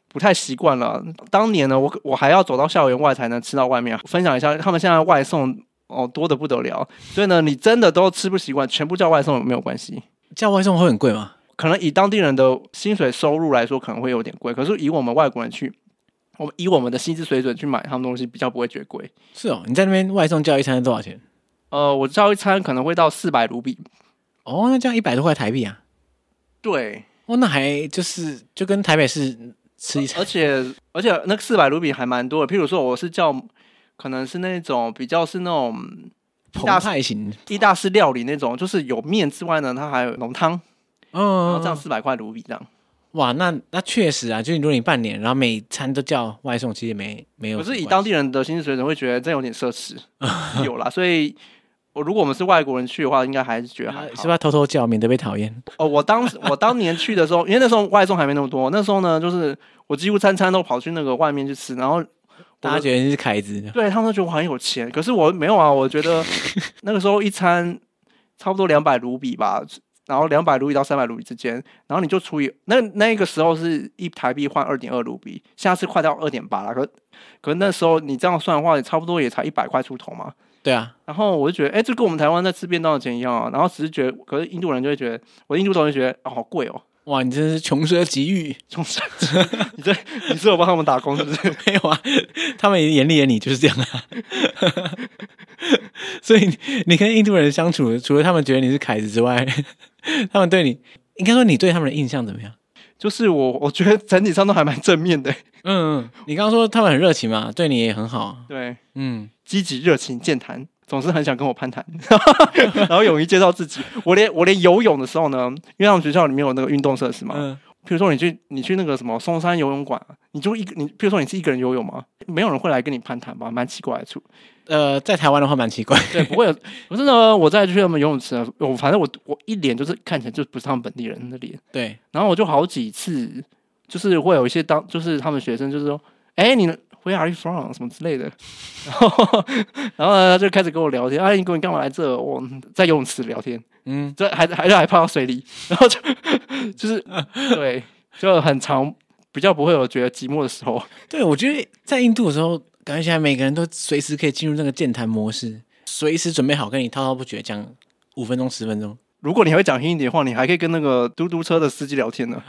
S2: 不太习惯了。当年呢，我可我还要走到校园外才能吃到外面。啊分享一下，他们现在外送哦多的不得了，所以呢，你真的都吃不习惯，全部叫外送没有关系。
S1: 叫外送会很贵吗？
S2: 可能以当地人的薪水收入来说，可能会有点贵，可是以我们外国人去，我们以我们的薪资水准去买他们东西，比较不会觉得贵。
S1: 是哦，你在那边外送叫一餐多少钱？
S2: 呃，我叫一餐可能会到四百卢比，
S1: 哦，那这样一百多块台币啊。
S2: 对，
S1: 哦，那还就是就跟台北市吃一餐
S2: [LAUGHS] 而且而且那个四百卢比还蛮多的。譬如说，我是叫，可能是那种比较是那种
S1: 澎湃型，
S2: 意大式料理那种，就是有面之外呢，它还有浓汤，然后
S1: 嗯
S2: 这样四百块卢比这样。
S1: 哇，那那确实啊，就是如果你半年，然后每餐都叫外送，其实也没没有
S2: 可
S1: 什么关系。
S2: 是以当地人的薪资水准，会觉得这有点奢侈，有啦。所以，我如果我们是外国人去的话，应该还是觉得还
S1: 啊
S2: 好
S1: 是不是要偷偷叫，免得被讨厌？
S2: 哦，我当时我当年去的时候，因为那时候外送还没那么多，那时候呢，就是我几乎餐餐都跑去那个外面去吃，然后
S1: 大家觉得你是凯子，
S2: 对他们都觉得我很有钱，可是我没有啊。我觉得那个时候一餐差不多两百卢比吧，然后两百卢比到三百卢比之间，然后你就除以那那个时候是一台币换二点二卢比，现在是快到二点八了。可可那时候你这样算的话，也差不多也才一百块出头嘛。
S1: 对啊，
S2: 然后我就觉得，哎、这跟我们台湾在吃便当的钱一样啊。然后只是觉得，可是印度人就会觉得，我的印度同学觉得，哦，好贵哦。
S1: 哇，你真是穷奢极欲。 [LAUGHS]
S2: 中山区， [LAUGHS] 你这你是有帮他们打工是不是？ [LAUGHS]
S1: 没有啊，他们眼里眼里就是这样啊。 [LAUGHS] 所以你跟印度人相处，除了他们觉得你是凯子之外，他们对你，应该说你对他们的印象怎么样？
S2: 就是我，我觉得整体上都还蛮正面的， [LAUGHS]
S1: 嗯，嗯你刚刚说他们很热情嘛，对你也很好。
S2: 对，
S1: 嗯，
S2: 积极热情健谈，总是很想跟我攀谈， [LAUGHS] 然后勇于介绍自己。我连我连游泳的时候呢，因为他们学校里面有那个运动设施嘛，
S1: 嗯，
S2: 譬如说你去你去那个什么松山游泳馆，你就一个你，譬如说你是一个人游泳嘛，没有人会来跟你攀谈吧，蛮奇怪的处。
S1: 呃，在台湾的话蛮奇怪，
S2: 对，不会有，可是呢，我再去他们游泳池呢，我反正我我一脸就是看起来就不是他们本地人的啊脸。
S1: 对，
S2: 然后我就好几次，就是会有一些当，就是他们学生就是说，哎，你 Where are you from？什么之类的，然后然后呢他就开始跟我聊天，哎，你跟我干嘛来这？我在游泳池聊天，
S1: 嗯，
S2: 这还还还泡到水里，然后就就是对，就很长，比较不会有觉得寂寞的时候。
S1: 对，我觉得在印度的时候，感觉起来每个人都随时可以进入那个健谈模式，随时准备好跟你滔滔不绝讲五分钟十分钟。
S2: 如果你还会讲 Hindi 的话，你还可以跟那个嘟嘟车的司机聊天呢。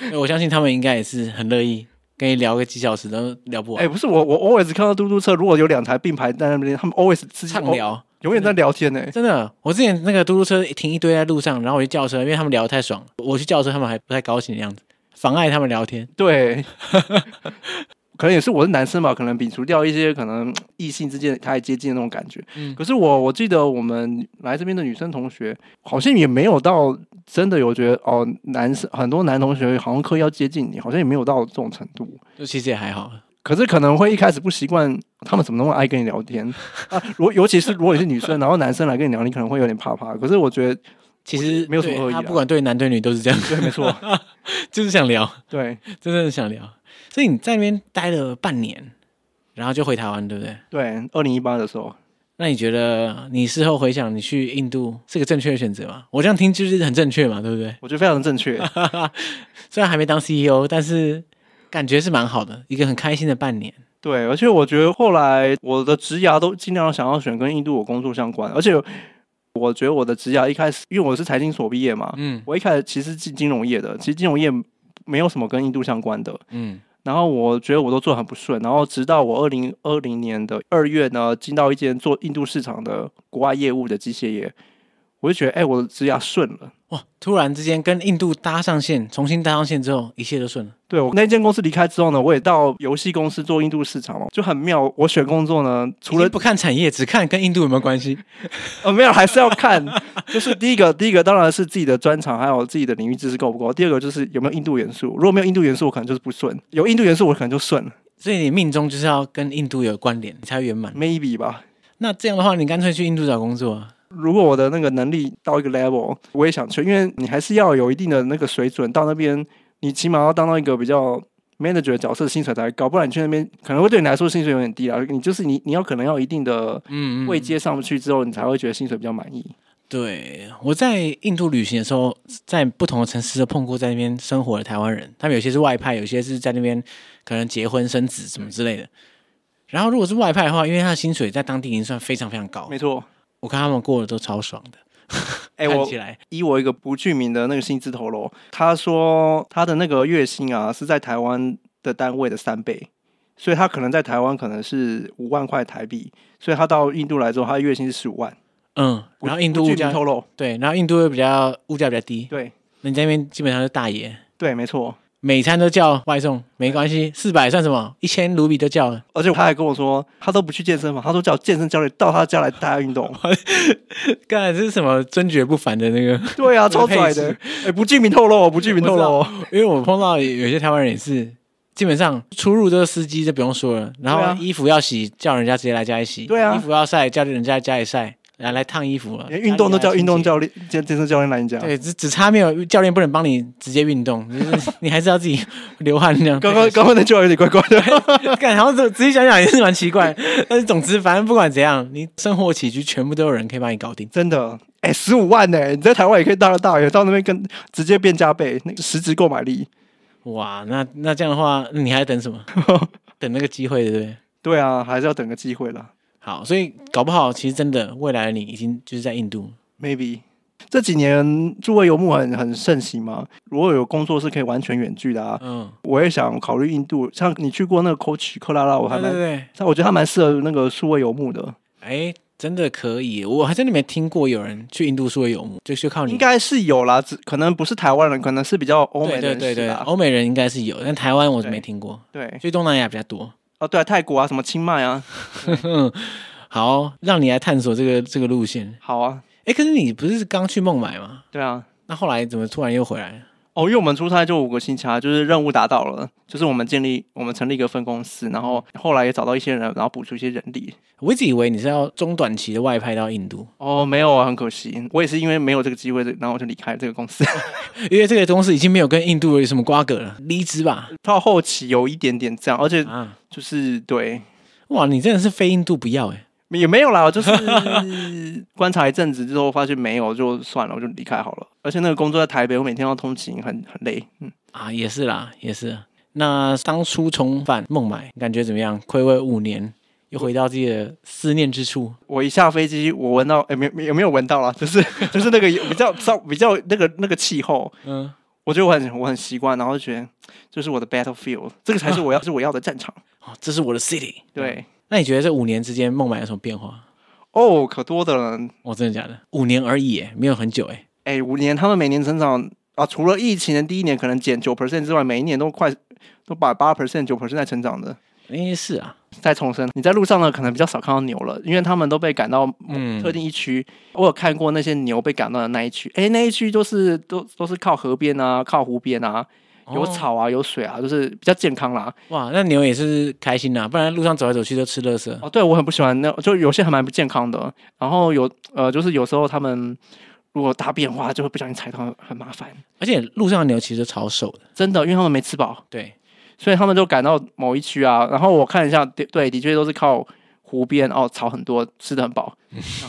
S1: 哎我相信他们应该也是很乐意跟你聊个几小时都聊不
S2: 哎、
S1: 完，
S2: 不是我，我 always 看到嘟嘟车，如果有两台并排在那边，他们 always 司机哦
S1: 畅、聊。
S2: 永远在聊天呢、
S1: 真的，我之前那个嘟嘟车停一堆在路上，然后我去叫车，因为他们聊得太爽，我去叫车，他们还不太高兴的样子，妨碍他们聊天。
S2: 对， [LAUGHS] 可能也是我是男生吧，可能摒除掉一些可能异性之间太接近的那种感觉。
S1: 嗯
S2: 可是我我记得我们来这边的女生同学，好像也没有到真的有觉得哦，男生很多男同学好像刻意要接近你，好像也没有到这种程度。
S1: 就其实也还好，
S2: 可是可能会一开始不习惯，他们怎么那么爱跟你聊天啊？如尤其是如果你是女生，然后男生来跟你聊，你可能会有点怕怕。可是我觉得，
S1: 其实
S2: 没有什么
S1: 对
S2: 恶意
S1: 他
S2: 啊
S1: 不管对男对女都是这样， [LAUGHS]
S2: 对，没错，
S1: 就是想聊，
S2: 对
S1: 真的是想聊。所以你在那边待了半年，然后就回台湾，对不对？
S2: 对，二零一八的时候，
S1: 那你觉得你事后回想，你去印度是个正确的选择吗？我这样听就是很正确嘛，对不对？
S2: 我觉得非常正确。
S1: [LAUGHS] 虽然还没当 CEO，但是感觉是蛮好的，一个很开心的半年。
S2: 对，而且我觉得后来我的职涯都尽量想要选跟印度我工作相关，而且我觉得我的职涯一开始，因为我是财经所毕业嘛，
S1: 嗯
S2: 我一开始其实进金融业的，其实金融业没有什么跟印度相关的。
S1: 嗯，
S2: 然后我觉得我都做得很不顺，然后直到我二零二零年的二月呢，进到一间做印度市场的国外业务的机械业，我就觉得哎，我的职涯顺了。
S1: 哇！突然之间跟印度搭上线，重新搭上线之后，一切都顺了。
S2: 对我那间公司离开之后呢，我也到游戏公司做印度市场嘛，就很妙。我选工作呢，除
S1: 已
S2: 了
S1: 经不看产业，只看跟印度有没有关系。 [LAUGHS]
S2: 呃，没有，还是要看。就是第一个，第一个当然是自己的专长，还有自己的领域知识够不够。第二个就是有没有印度元素。如果没有印度元素，我可能就是不顺；有印度元素，我可能就顺了
S1: 所以你命中就是要跟印度有关联，你才会圆满。
S2: ，maybe 吧。
S1: 那这样的话，你干脆去印度找工作啊。
S2: 如果我的那个能力到一个 level，我也想去，因为你还是要有一定的那个水准，到那边你起码要当到一个比较 manager 的角色，薪水才高，不然你去那边可能会对你来说薪水有点低啊。你就是你，你要可能要有一定的
S1: 嗯
S2: 位阶上去之后，你才会觉得薪水比较满意。
S1: 对，我在印度旅行的时候，在不同的城市都碰过在那边生活的台湾人，他们有些是外派，有些是在那边可能结婚生子什么之类的。然后如果是外派的话，因为他的薪水在当地已经算非常非常高
S2: 没，错，
S1: 我看他们过得都超爽的，
S2: 哎、我
S1: 看起来
S2: 以我一个不具名的那个薪资头喽，他说他的那个月薪啊是在台湾的单位的三倍，所以他可能在台湾可能是五万块台币，所以他到印度来之后，他的月薪是十五万。
S1: 嗯，
S2: 不
S1: 然后印度物
S2: 不具名
S1: 价
S2: 透露，
S1: 对，然后印度又比较物价比较低，
S2: 对
S1: 那你在那边基本上是大爷，
S2: 对，没错。
S1: 每餐都叫外送，没关系，四百算什么？一千卢比都叫了，
S2: 而且他还跟我说，他都不去健身房，他说叫健身教练到他家来带他
S1: [LAUGHS]
S2: 运动。
S1: 干这是什么尊爵不凡的那个？
S2: 对啊，
S1: 这个
S2: 超
S1: 配
S2: 拽的
S1: 置。
S2: 哎、不具名透露哦，不具名透露哦。
S1: 因为我碰到有些台湾人也是，基本上出入这个司机就不用说了，然
S2: 对
S1: 后
S2: 啊
S1: 衣服要洗，叫人家直接来家里洗；
S2: 对啊
S1: 衣服要晒，叫人家家里晒，然后来烫衣服了。
S2: 连运动都叫运动
S1: 家
S2: 教练、健健身教练来你家
S1: 里来清洁。。对，只只差没有教练不能帮你直接运动，就是 [LAUGHS] 你还是要自己流汗这样。
S2: 刚刚刚刚那句话有点怪怪的。
S1: [LAUGHS] 干，然后仔仔细想想也是蛮奇怪，但是总之反正不管怎样，你生活起居全部都有人可以帮你搞定。
S2: 真的，哎、1十五万呢、你在台湾也可以当个大爷，到那边更直接变加倍，那个实质购买力。
S1: 哇，那那这样的话，你还等什
S2: [LAUGHS]
S1: 么？等那个机会，对不对？
S2: 对啊，还是要等个机会啦
S1: 好，所以搞不好其实真的未来的你已经就是在印度，
S2: ，maybe。这几年诸位游牧很很盛行嘛，如果有工作是可以完全远距的啊，
S1: 嗯，
S2: 我也想考虑印度。像你去过那个 Coach 克拉拉，我还
S1: 对
S2: 蛮
S1: 对，对，
S2: 但我觉得他蛮适合那个数位游牧的，
S1: 哎，真的可以，我还真的没听过有人去印度说游牧，就是靠你。
S2: 应该是有啦，只可能不是台湾人，可能是比较欧
S1: 对
S2: 美
S1: 对
S2: 人
S1: 对
S2: 士
S1: 对，
S2: 啦。
S1: 欧美人应该是有，但台湾我
S2: 对
S1: 没听过，
S2: 对，
S1: 所以东南亚比较多。
S2: 哦对啊，泰国啊，什么清迈啊，
S1: 好，让你来探索这个这个路线。
S2: 好啊，
S1: 哎，可是你不是刚去孟买吗？
S2: 对啊，
S1: 那后来怎么突然又回来了？
S2: 哦，因为我们出差就五个星期啊，就是任务达到了，就是我们建立，我们成立一个分公司，然后后来也找到一些人，然后补出一些人力。
S1: 我一直以为你是要中短期的外派到印度，
S2: 哦，没有啊，很可惜，我也是因为没有这个机会，然后我就离开了这个公司。 [LAUGHS]
S1: 因为这个公司已经没有跟印度有什么瓜葛了，离职吧。
S2: 到后期有一点点这样，而且
S1: 啊，
S2: 就是对，
S1: 哇，你真的是非印度不要哎、
S2: 也没有啦，就是 [LAUGHS] 观察一阵子之后发现没有，就算了，我就离开好了。而且那个工作在台北，我每天要通勤，很很累。嗯，
S1: 啊，也是啦，也是。那当初重返孟买，感觉怎么样？暌违五年，又回到自己的思念之处。
S2: 我一下飞机，我闻到，哎、没没有没有闻到啦，就是 [LAUGHS] 就是那个比较比较比较那个那个气候，
S1: 嗯，
S2: 我觉得我很我很习惯，然后就觉得这是我的 battlefield，这个才是我要、是我要的战场。
S1: 哦，这是我的 city。
S2: 对，
S1: 那你觉得这五年之间，孟买有什么变化？
S2: 哦，可多的了。
S1: 哦，真的假的？五年而已耶，没有很久哎。
S2: 哎，五年他们每年成长啊，除了疫情的第一年可能减九 percent 之外，每一年都快都把八 percent 九 percent 在成长的。
S1: 诶，是啊，
S2: 再重申，你在路上呢，可能比较少看到牛了，因为他们都被赶到
S1: 嗯
S2: 特定一区。我有看过那些牛被赶到的那一区，哎，那一区都是都都是靠河边啊，靠湖边啊，
S1: 哦
S2: 有草啊，有水啊，就是比较健康啦。
S1: 哇，那牛也是开心啊啦，不然路上走来走去都吃垃圾。
S2: 哦，对我很不喜欢那，就有些还蛮不健康的。然后有呃，就是有时候他们如果大便的话，就会不小心踩到，很麻烦。
S1: 而且路上的牛其实都超瘦的，
S2: 真的，因为他们没吃饱，
S1: 对，
S2: 所以他们就赶到某一区啊。然后我看一下，对，对的确都是靠湖边哦，草很多，吃的很饱。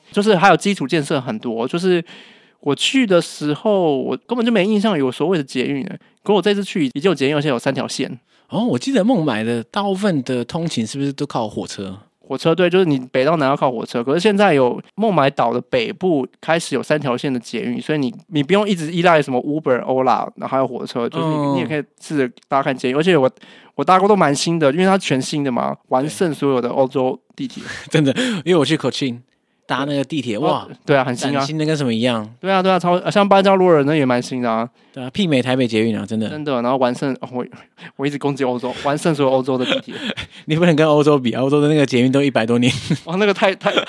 S2: [LAUGHS] 就是还有基础建设很多，就是我去的时候，我根本就没印象有所谓的捷运的。可我这次去已经有捷运，而且有三条线。
S1: 哦，我记得孟买的大部分的通勤是不是都靠火车？
S2: 火车对，就是你北到南要靠火车。可是现在有孟买岛的北部开始有三条线的捷运，所以你你不用一直依赖什么 Uber、Ola，然后还有火车，就是你,、
S1: 嗯
S2: 你也可以试着搭看捷运。而且我我搭过都蛮新的，因为它全新的嘛，完胜所有的欧洲地铁。
S1: 真的，因为我去 Cochin 搭那个地铁， [LAUGHS] 哇，，
S2: 对啊，很新
S1: 崭
S2: 啊，
S1: 新的跟什么一样，
S2: 对啊对啊，超呃像芭蕉路人那也蛮新的啊，
S1: 对啊，媲美台北捷运啊，真的，
S2: 真的。然后完胜，哦 [LAUGHS] 我我一直攻击欧洲，完胜所有欧洲的地铁。
S1: 你不能跟欧洲比，欧洲的那个捷运都一百多年。 [LAUGHS]
S2: [LAUGHS] 哇，哦那个太太，啊、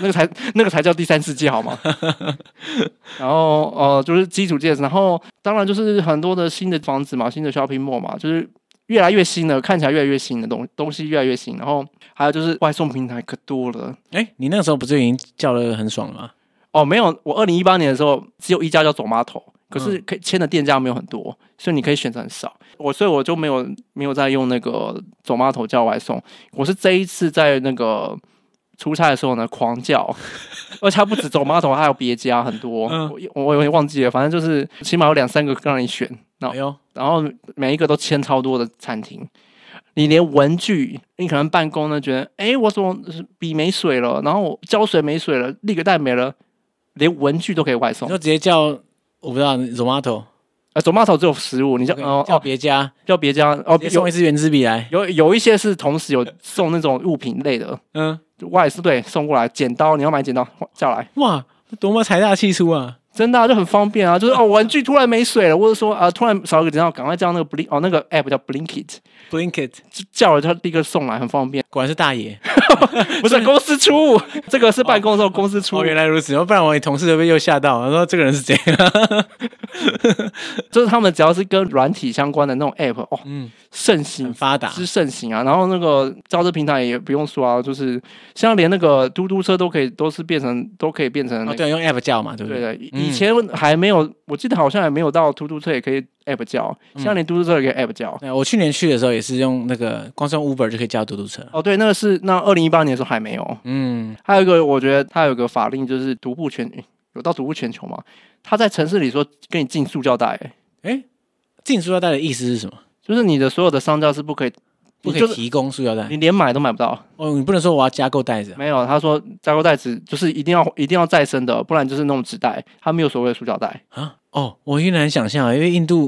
S2: 那个才那个才叫第三世界好吗？ [LAUGHS] 然后呃，就是基础建设，然后当然就是很多的新的房子嘛，新的 shopping mall 嘛，就是越来越新的，看起来越来越新的东东西越来越新，然后还有就是外送平台可多了。
S1: 哎，你那个时候不是已经叫的很爽了吗？
S2: 哦，没有，我二零一八年的时候只有一家叫走码头，可是可以签的店家没有很多，所以你可以选择很少。我所以我就没有没有再用那个走码头叫外送，我是这一次在那个出差的时候呢狂叫， [LAUGHS] 而且它不止走码头，还有别家很多，
S1: 嗯
S2: 我我我有点忘记了，反正就是起码有两三个让你选，然
S1: 哎
S2: 后
S1: 呦，
S2: 然后每一个都签超多的餐厅。你连文具，你可能办公呢，觉得哎，诶我怎么笔没水了，然后胶水没水了，立可带没了，连文具都可以外
S1: 你
S2: 送
S1: 就。直接叫，我不知道，Zomato，
S2: 呃，走码头只有食物，你叫
S1: OK，
S2: 哦
S1: 叫
S2: 哦
S1: 别家，
S2: 叫别家哦
S1: 直，接送
S2: 有
S1: 一支原子笔来，
S2: 有有一些是同时有送那种物品类的，
S1: 嗯，
S2: 外是对送过来，剪刀你要买剪刀叫来，
S1: 哇，多么财大气粗啊！
S2: 真的、啊、就很方便啊。就是哦，文具突然没水了，或者说啊、呃突然少一个剪刀，赶快叫那个 blink 哦那个 app 叫 Blinkit，
S1: Blinkit
S2: 就叫了他立刻送来，很方便。
S1: 果然是大爷
S2: [LAUGHS] 不是公司出，这个是办公的时候公司出
S1: 哦，，原来如此，要不然我同事都被又吓到，他说这个人是谁？ [LAUGHS]
S2: 就是他们只要是跟软体相关的那种 app 哦，
S1: 嗯，
S2: 盛
S1: 很
S2: 行
S1: 发达，
S2: 之盛行啊。然后那个招资平台也不用说啊，就是现在连那个嘟嘟车都可以，都是变成都可以变成那
S1: 哦，
S2: 个。
S1: 对，用 App 叫嘛，对不
S2: 对
S1: 对？
S2: 的，以
S1: 嗯
S2: 以前还没有，我记得好像还没有到嘟嘟车也可以 app 叫，
S1: 嗯
S2: 现在连嘟嘟车也可以 app 叫。
S1: 对，我去年去的时候也是用那个，光是用 Uber 就可以叫嘟嘟车。
S2: 哦，对，那个是那二零一八年的时候还没有。
S1: 嗯，
S2: 还有一个，我觉得它有个法令就是独步全，有到独步全球吗？它在城市里说跟你进塑胶袋、欸
S1: 进塑料袋的意思是什么？
S2: 就是你的所有的商家是不可以，
S1: 不可
S2: 你就
S1: 以
S2: 是
S1: 提供塑料袋
S2: 你连买都买不到。
S1: 哦，你不能说我要加购袋子啊，
S2: 没有，他说加购袋子就是一定要一定要再生的，不然就是那种纸袋，它没有所谓的塑胶袋。
S1: 啊哦，我有点难想象啊，因为印度，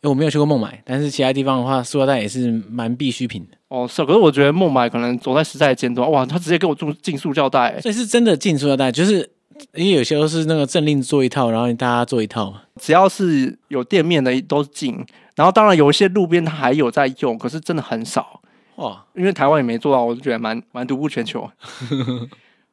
S1: 因为我没有去过孟买，但是其他地方的话，塑料袋也是蛮必需品的，
S2: 哦，是，可是我觉得孟买可能走在时代的尖端，哇，他直接给我进进塑胶袋、欸
S1: 所以是真的进塑料袋，就是因为有些都是那个政令做一套，然后大家做一套嘛。
S2: 只要是有店面的都进。然后当然有一些路边它还有在用，可是真的很少，
S1: 哇，
S2: 因为台湾也没做到，我就觉得蛮蛮独步
S1: [LAUGHS]
S2: 全球。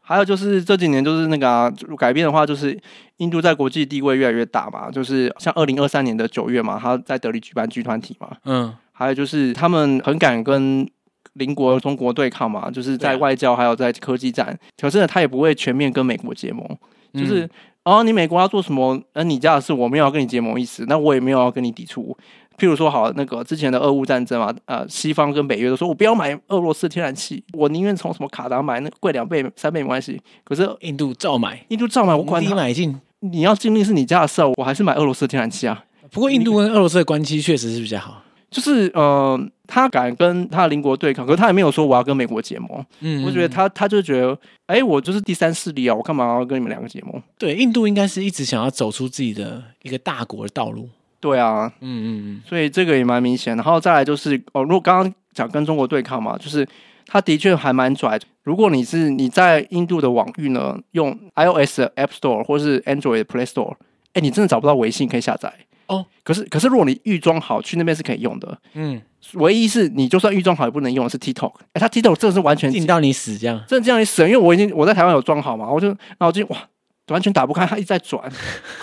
S2: 还有就是这几年就是那个、啊、就改变的话，就是印度在国际地位越来越大嘛，就是像二零二三年的九月嘛，他在德里举办 G 团体嘛，
S1: 嗯，
S2: 还有就是他们很敢跟邻国中国对抗嘛，就是在
S1: 对啊
S2: 外交还有在科技战，可是呢，他也不会全面跟美国结盟，
S1: 嗯
S2: 就是、哦，你美国要做什么，那、你家的事我没有要跟你结盟意思，那我也没有要跟你抵触。譬如说，好，那个之前的俄乌战争啊，呃，西方跟北约都说我不要买俄罗斯天然气，我宁愿从什么卡达买，那贵两倍、三倍没关系。可是
S1: 印度照买，
S2: 印度照买，我管
S1: 低
S2: 他，
S1: 买进。
S2: 啊你要经历是你家的事啊，我还是买俄罗斯天然气啊。
S1: 不过印度跟俄罗斯的关系确实是比较好。
S2: 就是呃，他敢跟他的邻国对抗，可是他也没有说我要跟美国结盟。
S1: 嗯，
S2: 我觉得他他就觉得，哎，我就是第三势力啊，我干嘛要跟你们两个结盟？
S1: 对印度应该是一直想要走出自己的一个大国的道路。
S2: 对啊，
S1: 嗯嗯
S2: 所以这个也蛮明显。然后再来就是，哦，如果刚刚讲跟中国对抗嘛，就是他的确还蛮拽。如果你是你在印度的网域呢，用 iOS 的 App Store 或是 Android 的 Play Store，哎，你真的找不到微信可以下载
S1: 哦。
S2: 可是可是如果你预装好去那边是可以用的，
S1: 嗯
S2: 唯一是你就算预装好也不能用的是 TikTok。哎，它 TikTok 真的是完全
S1: 嗯，进到你死这样。
S2: 真的这样一省，因为我已经我在台湾有装好嘛，我就然后我就哇，完全打不开，它一直在转，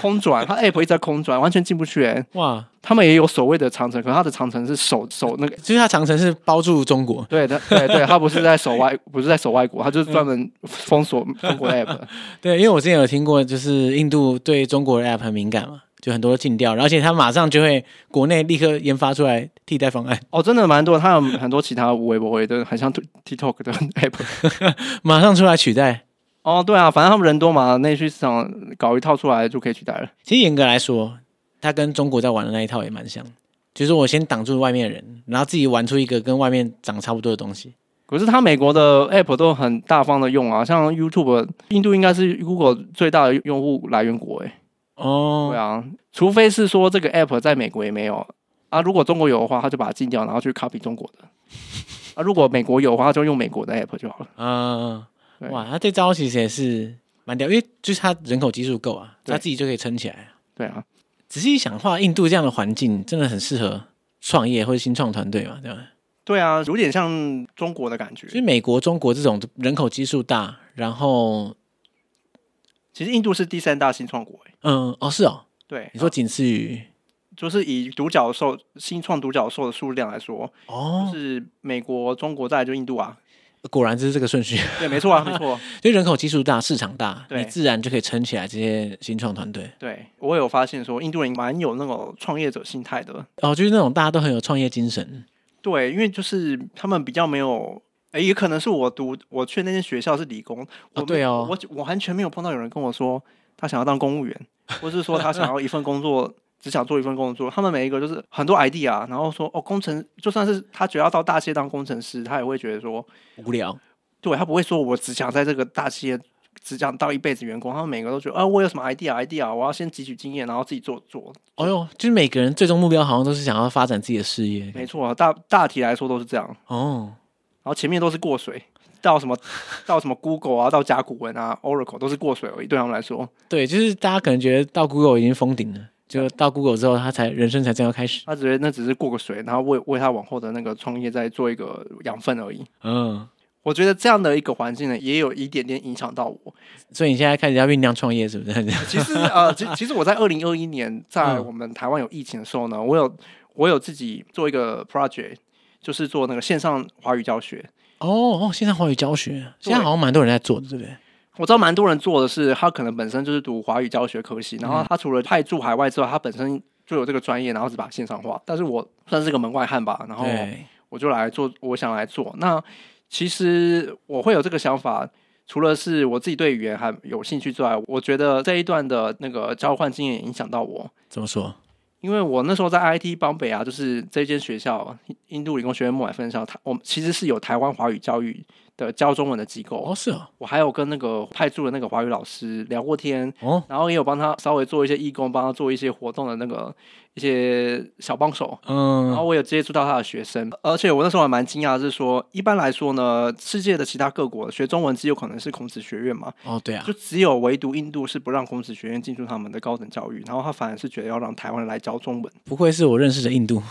S2: 空转，它 app 一直在空转，完全进不去、欸。
S1: 哇，
S2: 他们也有所谓的长城，可是它的长城是守守那个，
S1: 就是它长城是包住中国，
S2: 对的，对对，它不是在守外， [LAUGHS] 不是在守外国，它就是专门封锁中国的 app。
S1: 对，因为我之前有听过，就是印度对中国的 app 很敏感嘛，就很多禁掉，然后而且它马上就会国内立刻研发出来替代方案， [LAUGHS]
S2: 哦，真的蛮多，它有很多其他无微不微的，很像 TikTok 的 app。
S1: 马上出来取代。
S2: 哦，对啊，反正他们人多嘛，内需市场搞一套出来就可以取代了。
S1: 其实严格来说，它跟中国在玩的那一套也蛮像，就是我先挡住外面的人，然后自己玩出一个跟外面长差不多的东西。
S2: 可是它美国的 app 都很大方的用啊，像 YouTube，印度应该是 Google 最大的用户来源国诶、欸对
S1: 哦，
S2: 啊，除非是说这个 app 在美国也没有啊，如果中国有的话，他就把它禁掉，然后去 copy 中国的。啊，如果美国有的话，他就用美国的 app 就好了。
S1: 嗯、
S2: 对
S1: 哇，它这招其实也是蛮屌，因为就是它人口基数够啊，
S2: 对
S1: 它自己就可以撑起来。
S2: 对啊，
S1: 仔细一想的话，印度这样的环境真的很适合创业或者新创团队嘛，对吧？
S2: 对啊，有点像中国的感觉
S1: 所。以美国、中国这种人口基数大，然后
S2: 其实印度是第三大新创国、欸，
S1: 嗯，哦是哦，
S2: 对，啊
S1: 你说仅次于
S2: 就是以独角兽新创独角兽的数量来说，就
S1: 哦，
S2: 是美国、中国再来就印度啊，
S1: 果然就是这个顺序， [LAUGHS]
S2: 对，没错啊，没错。
S1: 就人口基数大、市场大，
S2: 对
S1: 你自然就可以撑起来这些新创团队。
S2: 对我有发现说，印度人蛮有那种创业者心态的，
S1: 哦，就是那种大家都很有创业精神，
S2: 对，因为就是他们比较没有。哎，也可能是我读我去那间学校是理工，我没
S1: 对哦
S2: 我我完全没有碰到有人跟我说他想要当公务员，或是说他想要一份工作，只想做一份工作。他们每一个就是很多 idea，然后说哦，工程就算是他觉得要到大企业当工程师，他也会觉得说，
S1: 无聊。
S2: 对他不会说我只想在这个大企业只想当一辈子员工，他们每个都觉得啊，我有什么 idea idea，我要先汲取经验，然后自己做做。
S1: 哦哟，就是每个人最终目标好像都是想要发展自己的事业。
S2: 没错，啊大大体来说都是这样。
S1: 哦，
S2: 然后前面都是过水，到什么到什么 Google 啊，到甲骨文啊，Oracle 都是过水而已，对他们来说，
S1: 对，就是大家可能觉得到 Google 已经封顶了，就到 Google 之后，他才人生才正要开始。
S2: 他觉得那只是过个水，然后为为他往后的那个创业再做一个养分而已。
S1: 嗯，
S2: 我觉得这样的一个环境呢，也有一点点影响到我。
S1: 所以你现在开始要酝酿创业，是不 [LAUGHS] 是？
S2: 其实呃，其其实我在二零二一年在
S1: 嗯
S2: 我们台湾有疫情的时候呢，我有我有自己做一个 project，就是做那个线上华语教学。
S1: 哦哦，线上华语教学，现在好像蛮多人在做的，对不对？
S2: 我知道蛮多人做的是，他可能本身就是读华语教学科系，然后他除了派驻海外之外，他本身就有这个专业，然后只把它线上化。但是我算是个门外汉吧，然后
S1: 对，
S2: 我就来做，我想来做。那其实我会有这个想法，除了是我自己对语言还有兴趣之外，我觉得这一段的那个交换经验也影响到我，
S1: 怎么说？
S2: 因为我那时候在 IT 邦北啊，就是这间学校印度理工学院莫海分校，它我们其实是有台湾华语教育的教中文的机构。
S1: 哦，是哦，
S2: 我还有跟那个派驻的那个华语老师聊过天，
S1: 哦，
S2: 然后也有帮他稍微做一些义工，帮他做一些活动的那个一些小帮手。然后
S1: 嗯，
S2: 我有接触到他的学生，而且我那时候还蛮惊讶，是说一般来说呢，世界的其他各国学中文只有可能是孔子学院嘛，
S1: 哦，对啊
S2: 就，只有唯独印度是不让孔子学院进入他们的高等教育，然后他反而是觉得要让台湾人来教中文。
S1: 不愧是我认识的印度。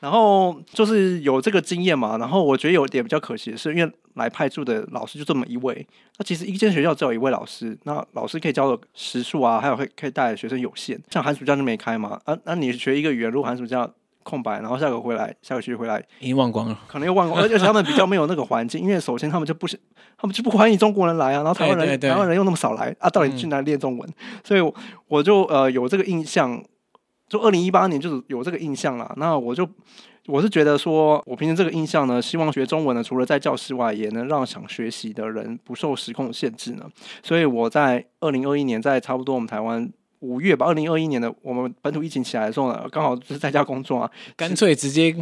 S2: 然后就是有这个经验嘛，然后我觉得有点比较可惜的是，因为来派驻的老师就这么一位，那其实一间学校只有一位老师，那老师可以教的时数啊，还有可以可以带的学生有限，像寒暑假就没开嘛，啊，那你学一个语言，如果寒暑假空白，然后下个回来，下个学期回来，
S1: 已经忘光了。
S2: 可能又忘光，而且他们比较没有那个环境，因为首先他们就不想，他们就不欢迎中国人来啊，然后台湾人
S1: 对对对嗯
S2: 台湾人又那么少来啊，到底去哪里练中文？所以我我就呃有这个印象，就二零一八年就是有这个印象啦。那我就我是觉得说，我凭着这个印象呢，希望学中文呢，除了在教室外，也能让想学习的人不受时空的限制呢。所以我在二零二一年，在差不多我们台湾。五月吧，二零二一年的我们本土疫情起来的时候呢，刚好就是在家工作啊，
S1: 干脆直
S2: [LAUGHS]
S1: 接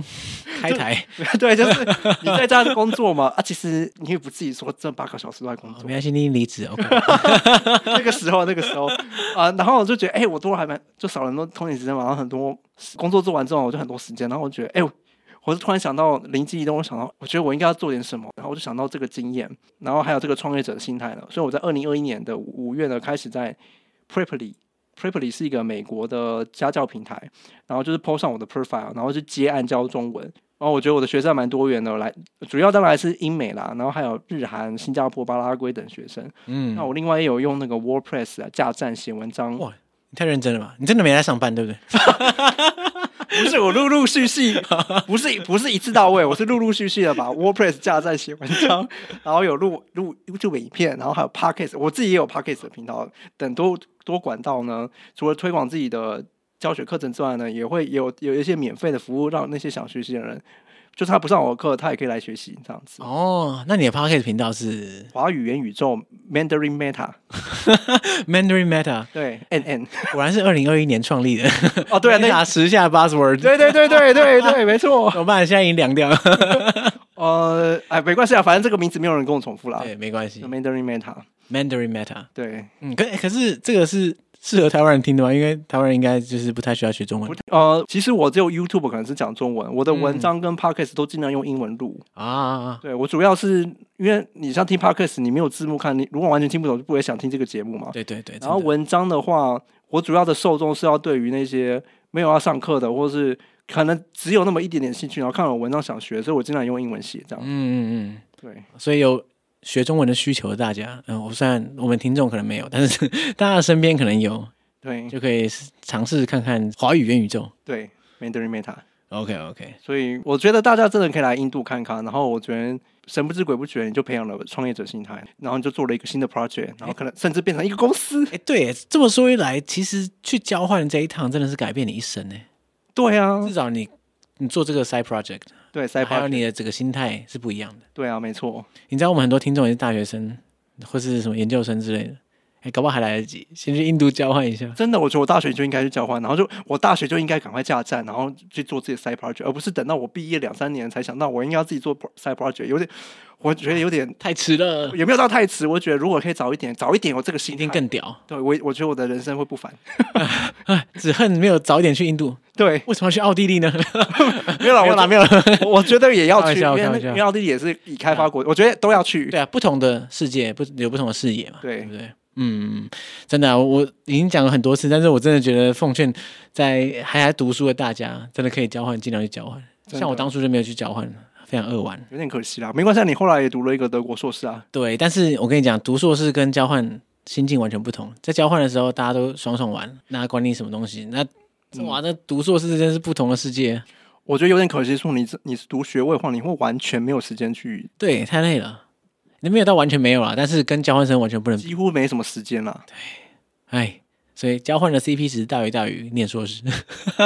S1: 开台，
S2: 对，就是你在家工作嘛，啊，其实你也不自己说这八个小时都在工
S1: 哦
S2: 作
S1: 没，关系，你已经离职，OK，
S2: [LAUGHS] 那个时候那个时候啊，然后我就觉得，哎、我多还蛮就少了很多通勤时间嘛，然后很多工作做完之后，我就很多时间，然后我觉得，哎、我我就突然想到灵机一动，我想到，我觉得我应该要做点什么，然后我就想到这个经验，然后还有这个创业者的心态呢，所以我在二零二一年的五月呢，开始在 Preply Preply 是一个美国的家教平台，然后就是 PO 上我的 profile，然后就接案教中文。然后我觉得我的学生还蛮多元的，来主要当然还是英美啦，然后还有日韩、新加坡、巴拉圭等学生。
S1: 嗯，
S2: 那我另外也有用那个 WordPress 啊架站写文章。
S1: 哇你太认真了吧？你真的没来上班，对不对？
S2: 不是我陆陆续续， [LAUGHS] 不是不是一次到位，我是陆陆续续的把 WordPress 架站写文 [LAUGHS] 章，然后有录录 YouTube 影片，然后还有 Podcast，我自己也有 Podcast 的频道，等多多管道呢，除了推广自己的教学课程之外呢，也会有有一些免费的服务，让那些想学习的人，就他不上我的课，他也可以来学习这样子。
S1: 哦，那你的 Podcast 频道
S2: [LAUGHS]
S1: 是
S2: 华语元宇宙 Mandarin Meta，
S1: Mandarin Meta，
S2: 对，N [LAUGHS] N，
S1: 果然是二零二一年创立的。
S2: 哦， [LAUGHS] 对啊，
S1: [LAUGHS]
S2: 那
S1: 打时下 buzzword，
S2: 对对对对对对，没错。
S1: 怎么办？现在已经凉掉
S2: [LAUGHS]
S1: 了。
S2: 呃，哎，没关系啊，反正这个名字没有人跟我重复啦。
S1: 对，没关系。
S2: Mandarin Meta，
S1: Mandarin Meta，
S2: 对，
S1: 嗯，可可是这个是适合台湾人听的吗？因为台湾人应该就是不太需要学中文
S2: 不呃，其实我只有 YouTube 可能是讲中文，我的
S1: 嗯
S2: 文章跟 Podcast 都尽量用英文录。
S1: 啊啊。啊
S2: 对我主要是因为你像听 Podcast，你没有字幕看，你如果完全听不懂，就不会想听这个节目嘛。
S1: 对对对，
S2: 然后
S1: 真的
S2: 文章的话，我主要的受众是要对于那些没有要上课的，或是可能只有那么一点点兴趣，然后看了文章想学，所以我经常用英文写这样。
S1: 嗯嗯
S2: 对，
S1: 嗯，所以有学中文的需求的大家，嗯，我虽然我们听众可能没有，但是 [LAUGHS] 大家的身边可能有，
S2: 对，
S1: 就可以试尝试看看华语元宇宙。
S2: 对，Mandarin Meta。
S1: OK OK，
S2: 所以我觉得大家真的可以来印度看看，然后我觉得神不知鬼不觉，你就培养了创业者心态，然后你就做了一个新的 project，然后可能甚至变成一个公司。
S1: 哎，对，这么说一来，其实去交换这一趟真的是改变你一生呢。
S2: 对啊
S1: 至，少你你做这个 side project，
S2: 对，塞
S1: 还有
S2: 巴，
S1: 你的整个心态是不一样的。
S2: 对啊，没错，
S1: 你知道我们很多听众也是大学生或是什么研究生之类的，哎，搞不好还来得及，先去印度交换一下。
S2: 真的，我觉得我大学就应该去交换，然后就我大学就应该赶快架站，然后去做自己的 side project，而不是等到我毕业两三年才想到我应该要自己做 pro- side project，有点，我觉得有点
S1: 太迟了，
S2: 也没有到太迟，我觉得如果可以早一点，早一点有这个
S1: 一
S2: 心
S1: 定
S2: 态，
S1: 更屌。哎
S2: 对我我觉得我的人生会不凡。
S1: 只恨没有早点去印度，
S2: 对，
S1: 为什么要去奥地利呢？
S2: [LAUGHS] 没有啦，
S1: 没有
S2: 我
S1: 啦，没有啦。
S2: 我我觉得也要
S1: 开玩
S2: 去，因
S1: 笑
S2: 为
S1: 开
S2: 那
S1: 玩笑嗯
S2: 因为奥地利也是已开发国，我觉得都要去。
S1: 对啊，不同的世界不有不同的视野嘛，
S2: 对
S1: 对不对？嗯，真的、啊，我我已经讲了很多次，但是我真的觉得奉劝在还在读书的大家，真的可以交换，尽量去交换。
S2: 真的
S1: 像我当初就没有去交换，非常扼腕。
S2: 有点可惜啦，没关系啊，你后来也读了一个德国硕士啊，
S1: 对，但是我跟你讲，读硕士跟交换心境完全不同。在交换的时候，大家都爽爽玩，那管你什么东西，那
S2: 嗯
S1: 哇，那读硕士真是不同的世界。
S2: 我觉得有点可惜，说你这你是读学位的话，你会完全没有时间去，
S1: 对，太累了。你没有到完全没有啦，但是跟交换生完全不能比。
S2: 几乎没什么时间啦。
S1: 哎，所以交换的 CP 值大于大于念硕士，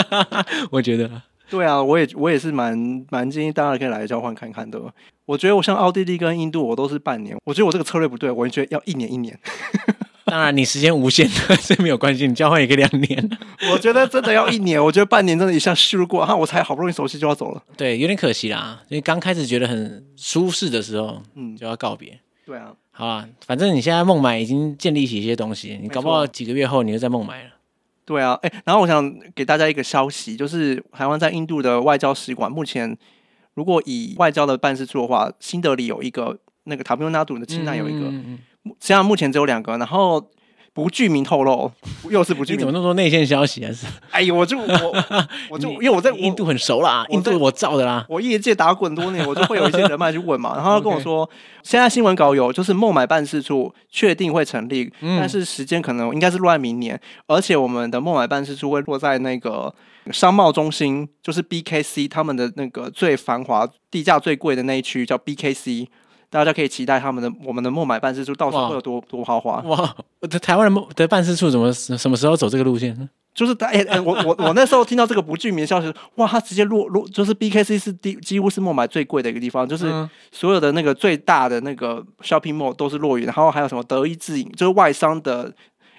S1: [LAUGHS] 我觉得啦
S2: 对啊，我也我也是蛮蛮建议大家可以来交换看看的。我觉得我像奥地利跟印度，我都是半年，我觉得我这个策略不对，我觉得要一年
S1: [LAUGHS]
S2: 一年，
S1: 当然，你时间无限的是没有关系，你交换也可以两年。
S2: 我觉得真的要一年，我觉得半年真的一下试过，啊哈，我才好不容易熟悉就要走了。
S1: 对，有点可惜啦，因为刚开始觉得很舒适的时候，
S2: 嗯
S1: 就要告别。
S2: 对啊，
S1: 好啦，反正你现在孟买已经建立起一些东西，你搞不好几个月后你就在孟买了。
S2: 对啊，哎，然后我想给大家一个消息，就是台湾在印度的外交使馆，目前如果以外交的办事处的话，新德里有一个，那个塔布纳杜的清奈有一个，
S1: 嗯嗯嗯
S2: 实际上目前只有两个，然后。不具名透露，又是不具
S1: 你怎么
S2: 名。
S1: 那么多内线消息啊？是
S2: 哎呦，我就
S1: [LAUGHS]
S2: 我我就因为我在
S1: 印
S2: 我
S1: 度很熟啦，
S2: 我
S1: 印
S2: 在
S1: 度我造的啦。
S2: 我业界打滚多年，我就会有一些人脉去问嘛。然后
S1: [LAUGHS]
S2: 他跟我说，现在新闻稿有就是孟买办事处确定会成立，
S1: 嗯
S2: 但是时间可能应该是落在明年，而且我们的孟买办事处会落在那个商贸中心，就是 BKC 他们的那个最繁华、地价最贵的那一区叫 BKC。大家可以期待他们的我们的孟买办事处到时候
S1: 哇
S2: 会有多多豪华，
S1: 哇，我的台湾的孟的办事处怎么什么时候走这个路线呢？
S2: 就是大哎、哎我我我那时候听到这个不具名的消息，哇，它直接落落就是 BKC 是第几乎是孟买最贵的一个地方，就是
S1: 嗯
S2: 所有的那个最大的那个 shopping mall 都是落于，然后还有什么德意志银，就是外商的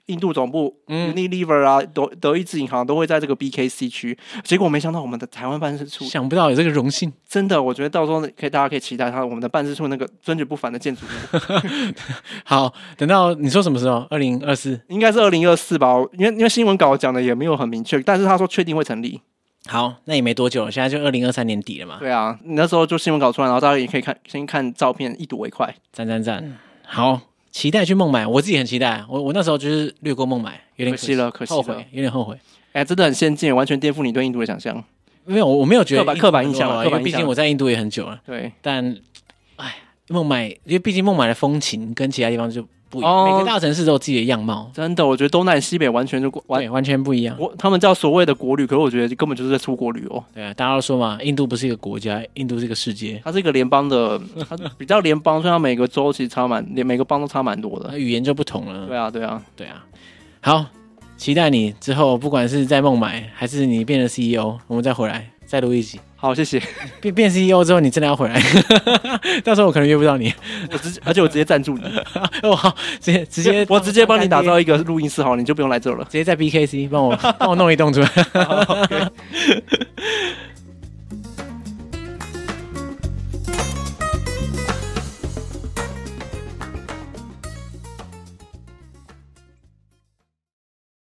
S2: 印度总部、
S1: 嗯
S2: Unilever 啊，德德意志银行都会在这个 BKC 区。结果没想到我们的台湾办事处，
S1: 想不到有这个荣幸。
S2: 真的，我觉得到时候可以大家可以期待它我们的办事处那个尊爵不凡的建筑物，
S1: 好，等到你说什么时候？二零二四。
S2: 应该是二零二四吧，因为因为新闻稿讲的也没有很明确，但是他说确定会成立。
S1: 好，那也没多久了，现在就二零二三年底了嘛。
S2: 对啊，你那时候就新闻稿出来，然后大家也可以看先看照片，一睹为快。
S1: 赞赞赞！好，期待去孟买，我自己很期待。我我那时候就是略过孟买，有点
S2: 可惜了可惜了
S1: 后悔，有点后悔。
S2: 哎，真的很先进，完全颠覆你对印度的想象。
S1: 没有，我我没有觉得
S2: 刻板
S1: 印度
S2: 刻板印象
S1: 很多
S2: 啊刻
S1: 因为
S2: 板印
S1: 毕竟
S2: 象
S1: 我在印度也很久了。
S2: 对，
S1: 但，哎，孟买，因为毕竟孟买的风情跟其他地方就不一样，
S2: 哦
S1: 每个大城市都有自己的样貌，
S2: 真的，我觉得东南西北完全就过完
S1: 对，完全不一样。
S2: 国，他们叫所谓的国旅，可是我觉得根本就是在出国旅游。
S1: 对啊，大家都说嘛，印度不是一个国家，印度是一个世界，
S2: 它是一个联邦的，它比较联邦，虽然每个州其实差蛮，连每个邦都差蛮多
S1: 那
S2: 的。
S1: 语言就不同了。
S2: 对啊，对啊，
S1: 对啊，好，期待你之后，不管是在孟买，还是你变成 CEO，我们再回来再录一集。
S2: 好，谢谢。
S1: 变变 CEO 之后，你真的要回来， [LAUGHS] 到时候我可能约不到你。
S2: 我直接，而且我直接赞助你，
S1: 哦，好，直接直接，
S2: 我直接帮你打
S1: 干爹
S2: 造一个
S1: [LAUGHS]
S2: 录音室，好了，你就不用来这了。
S1: 直接在 BKC 帮我帮我弄一栋出来。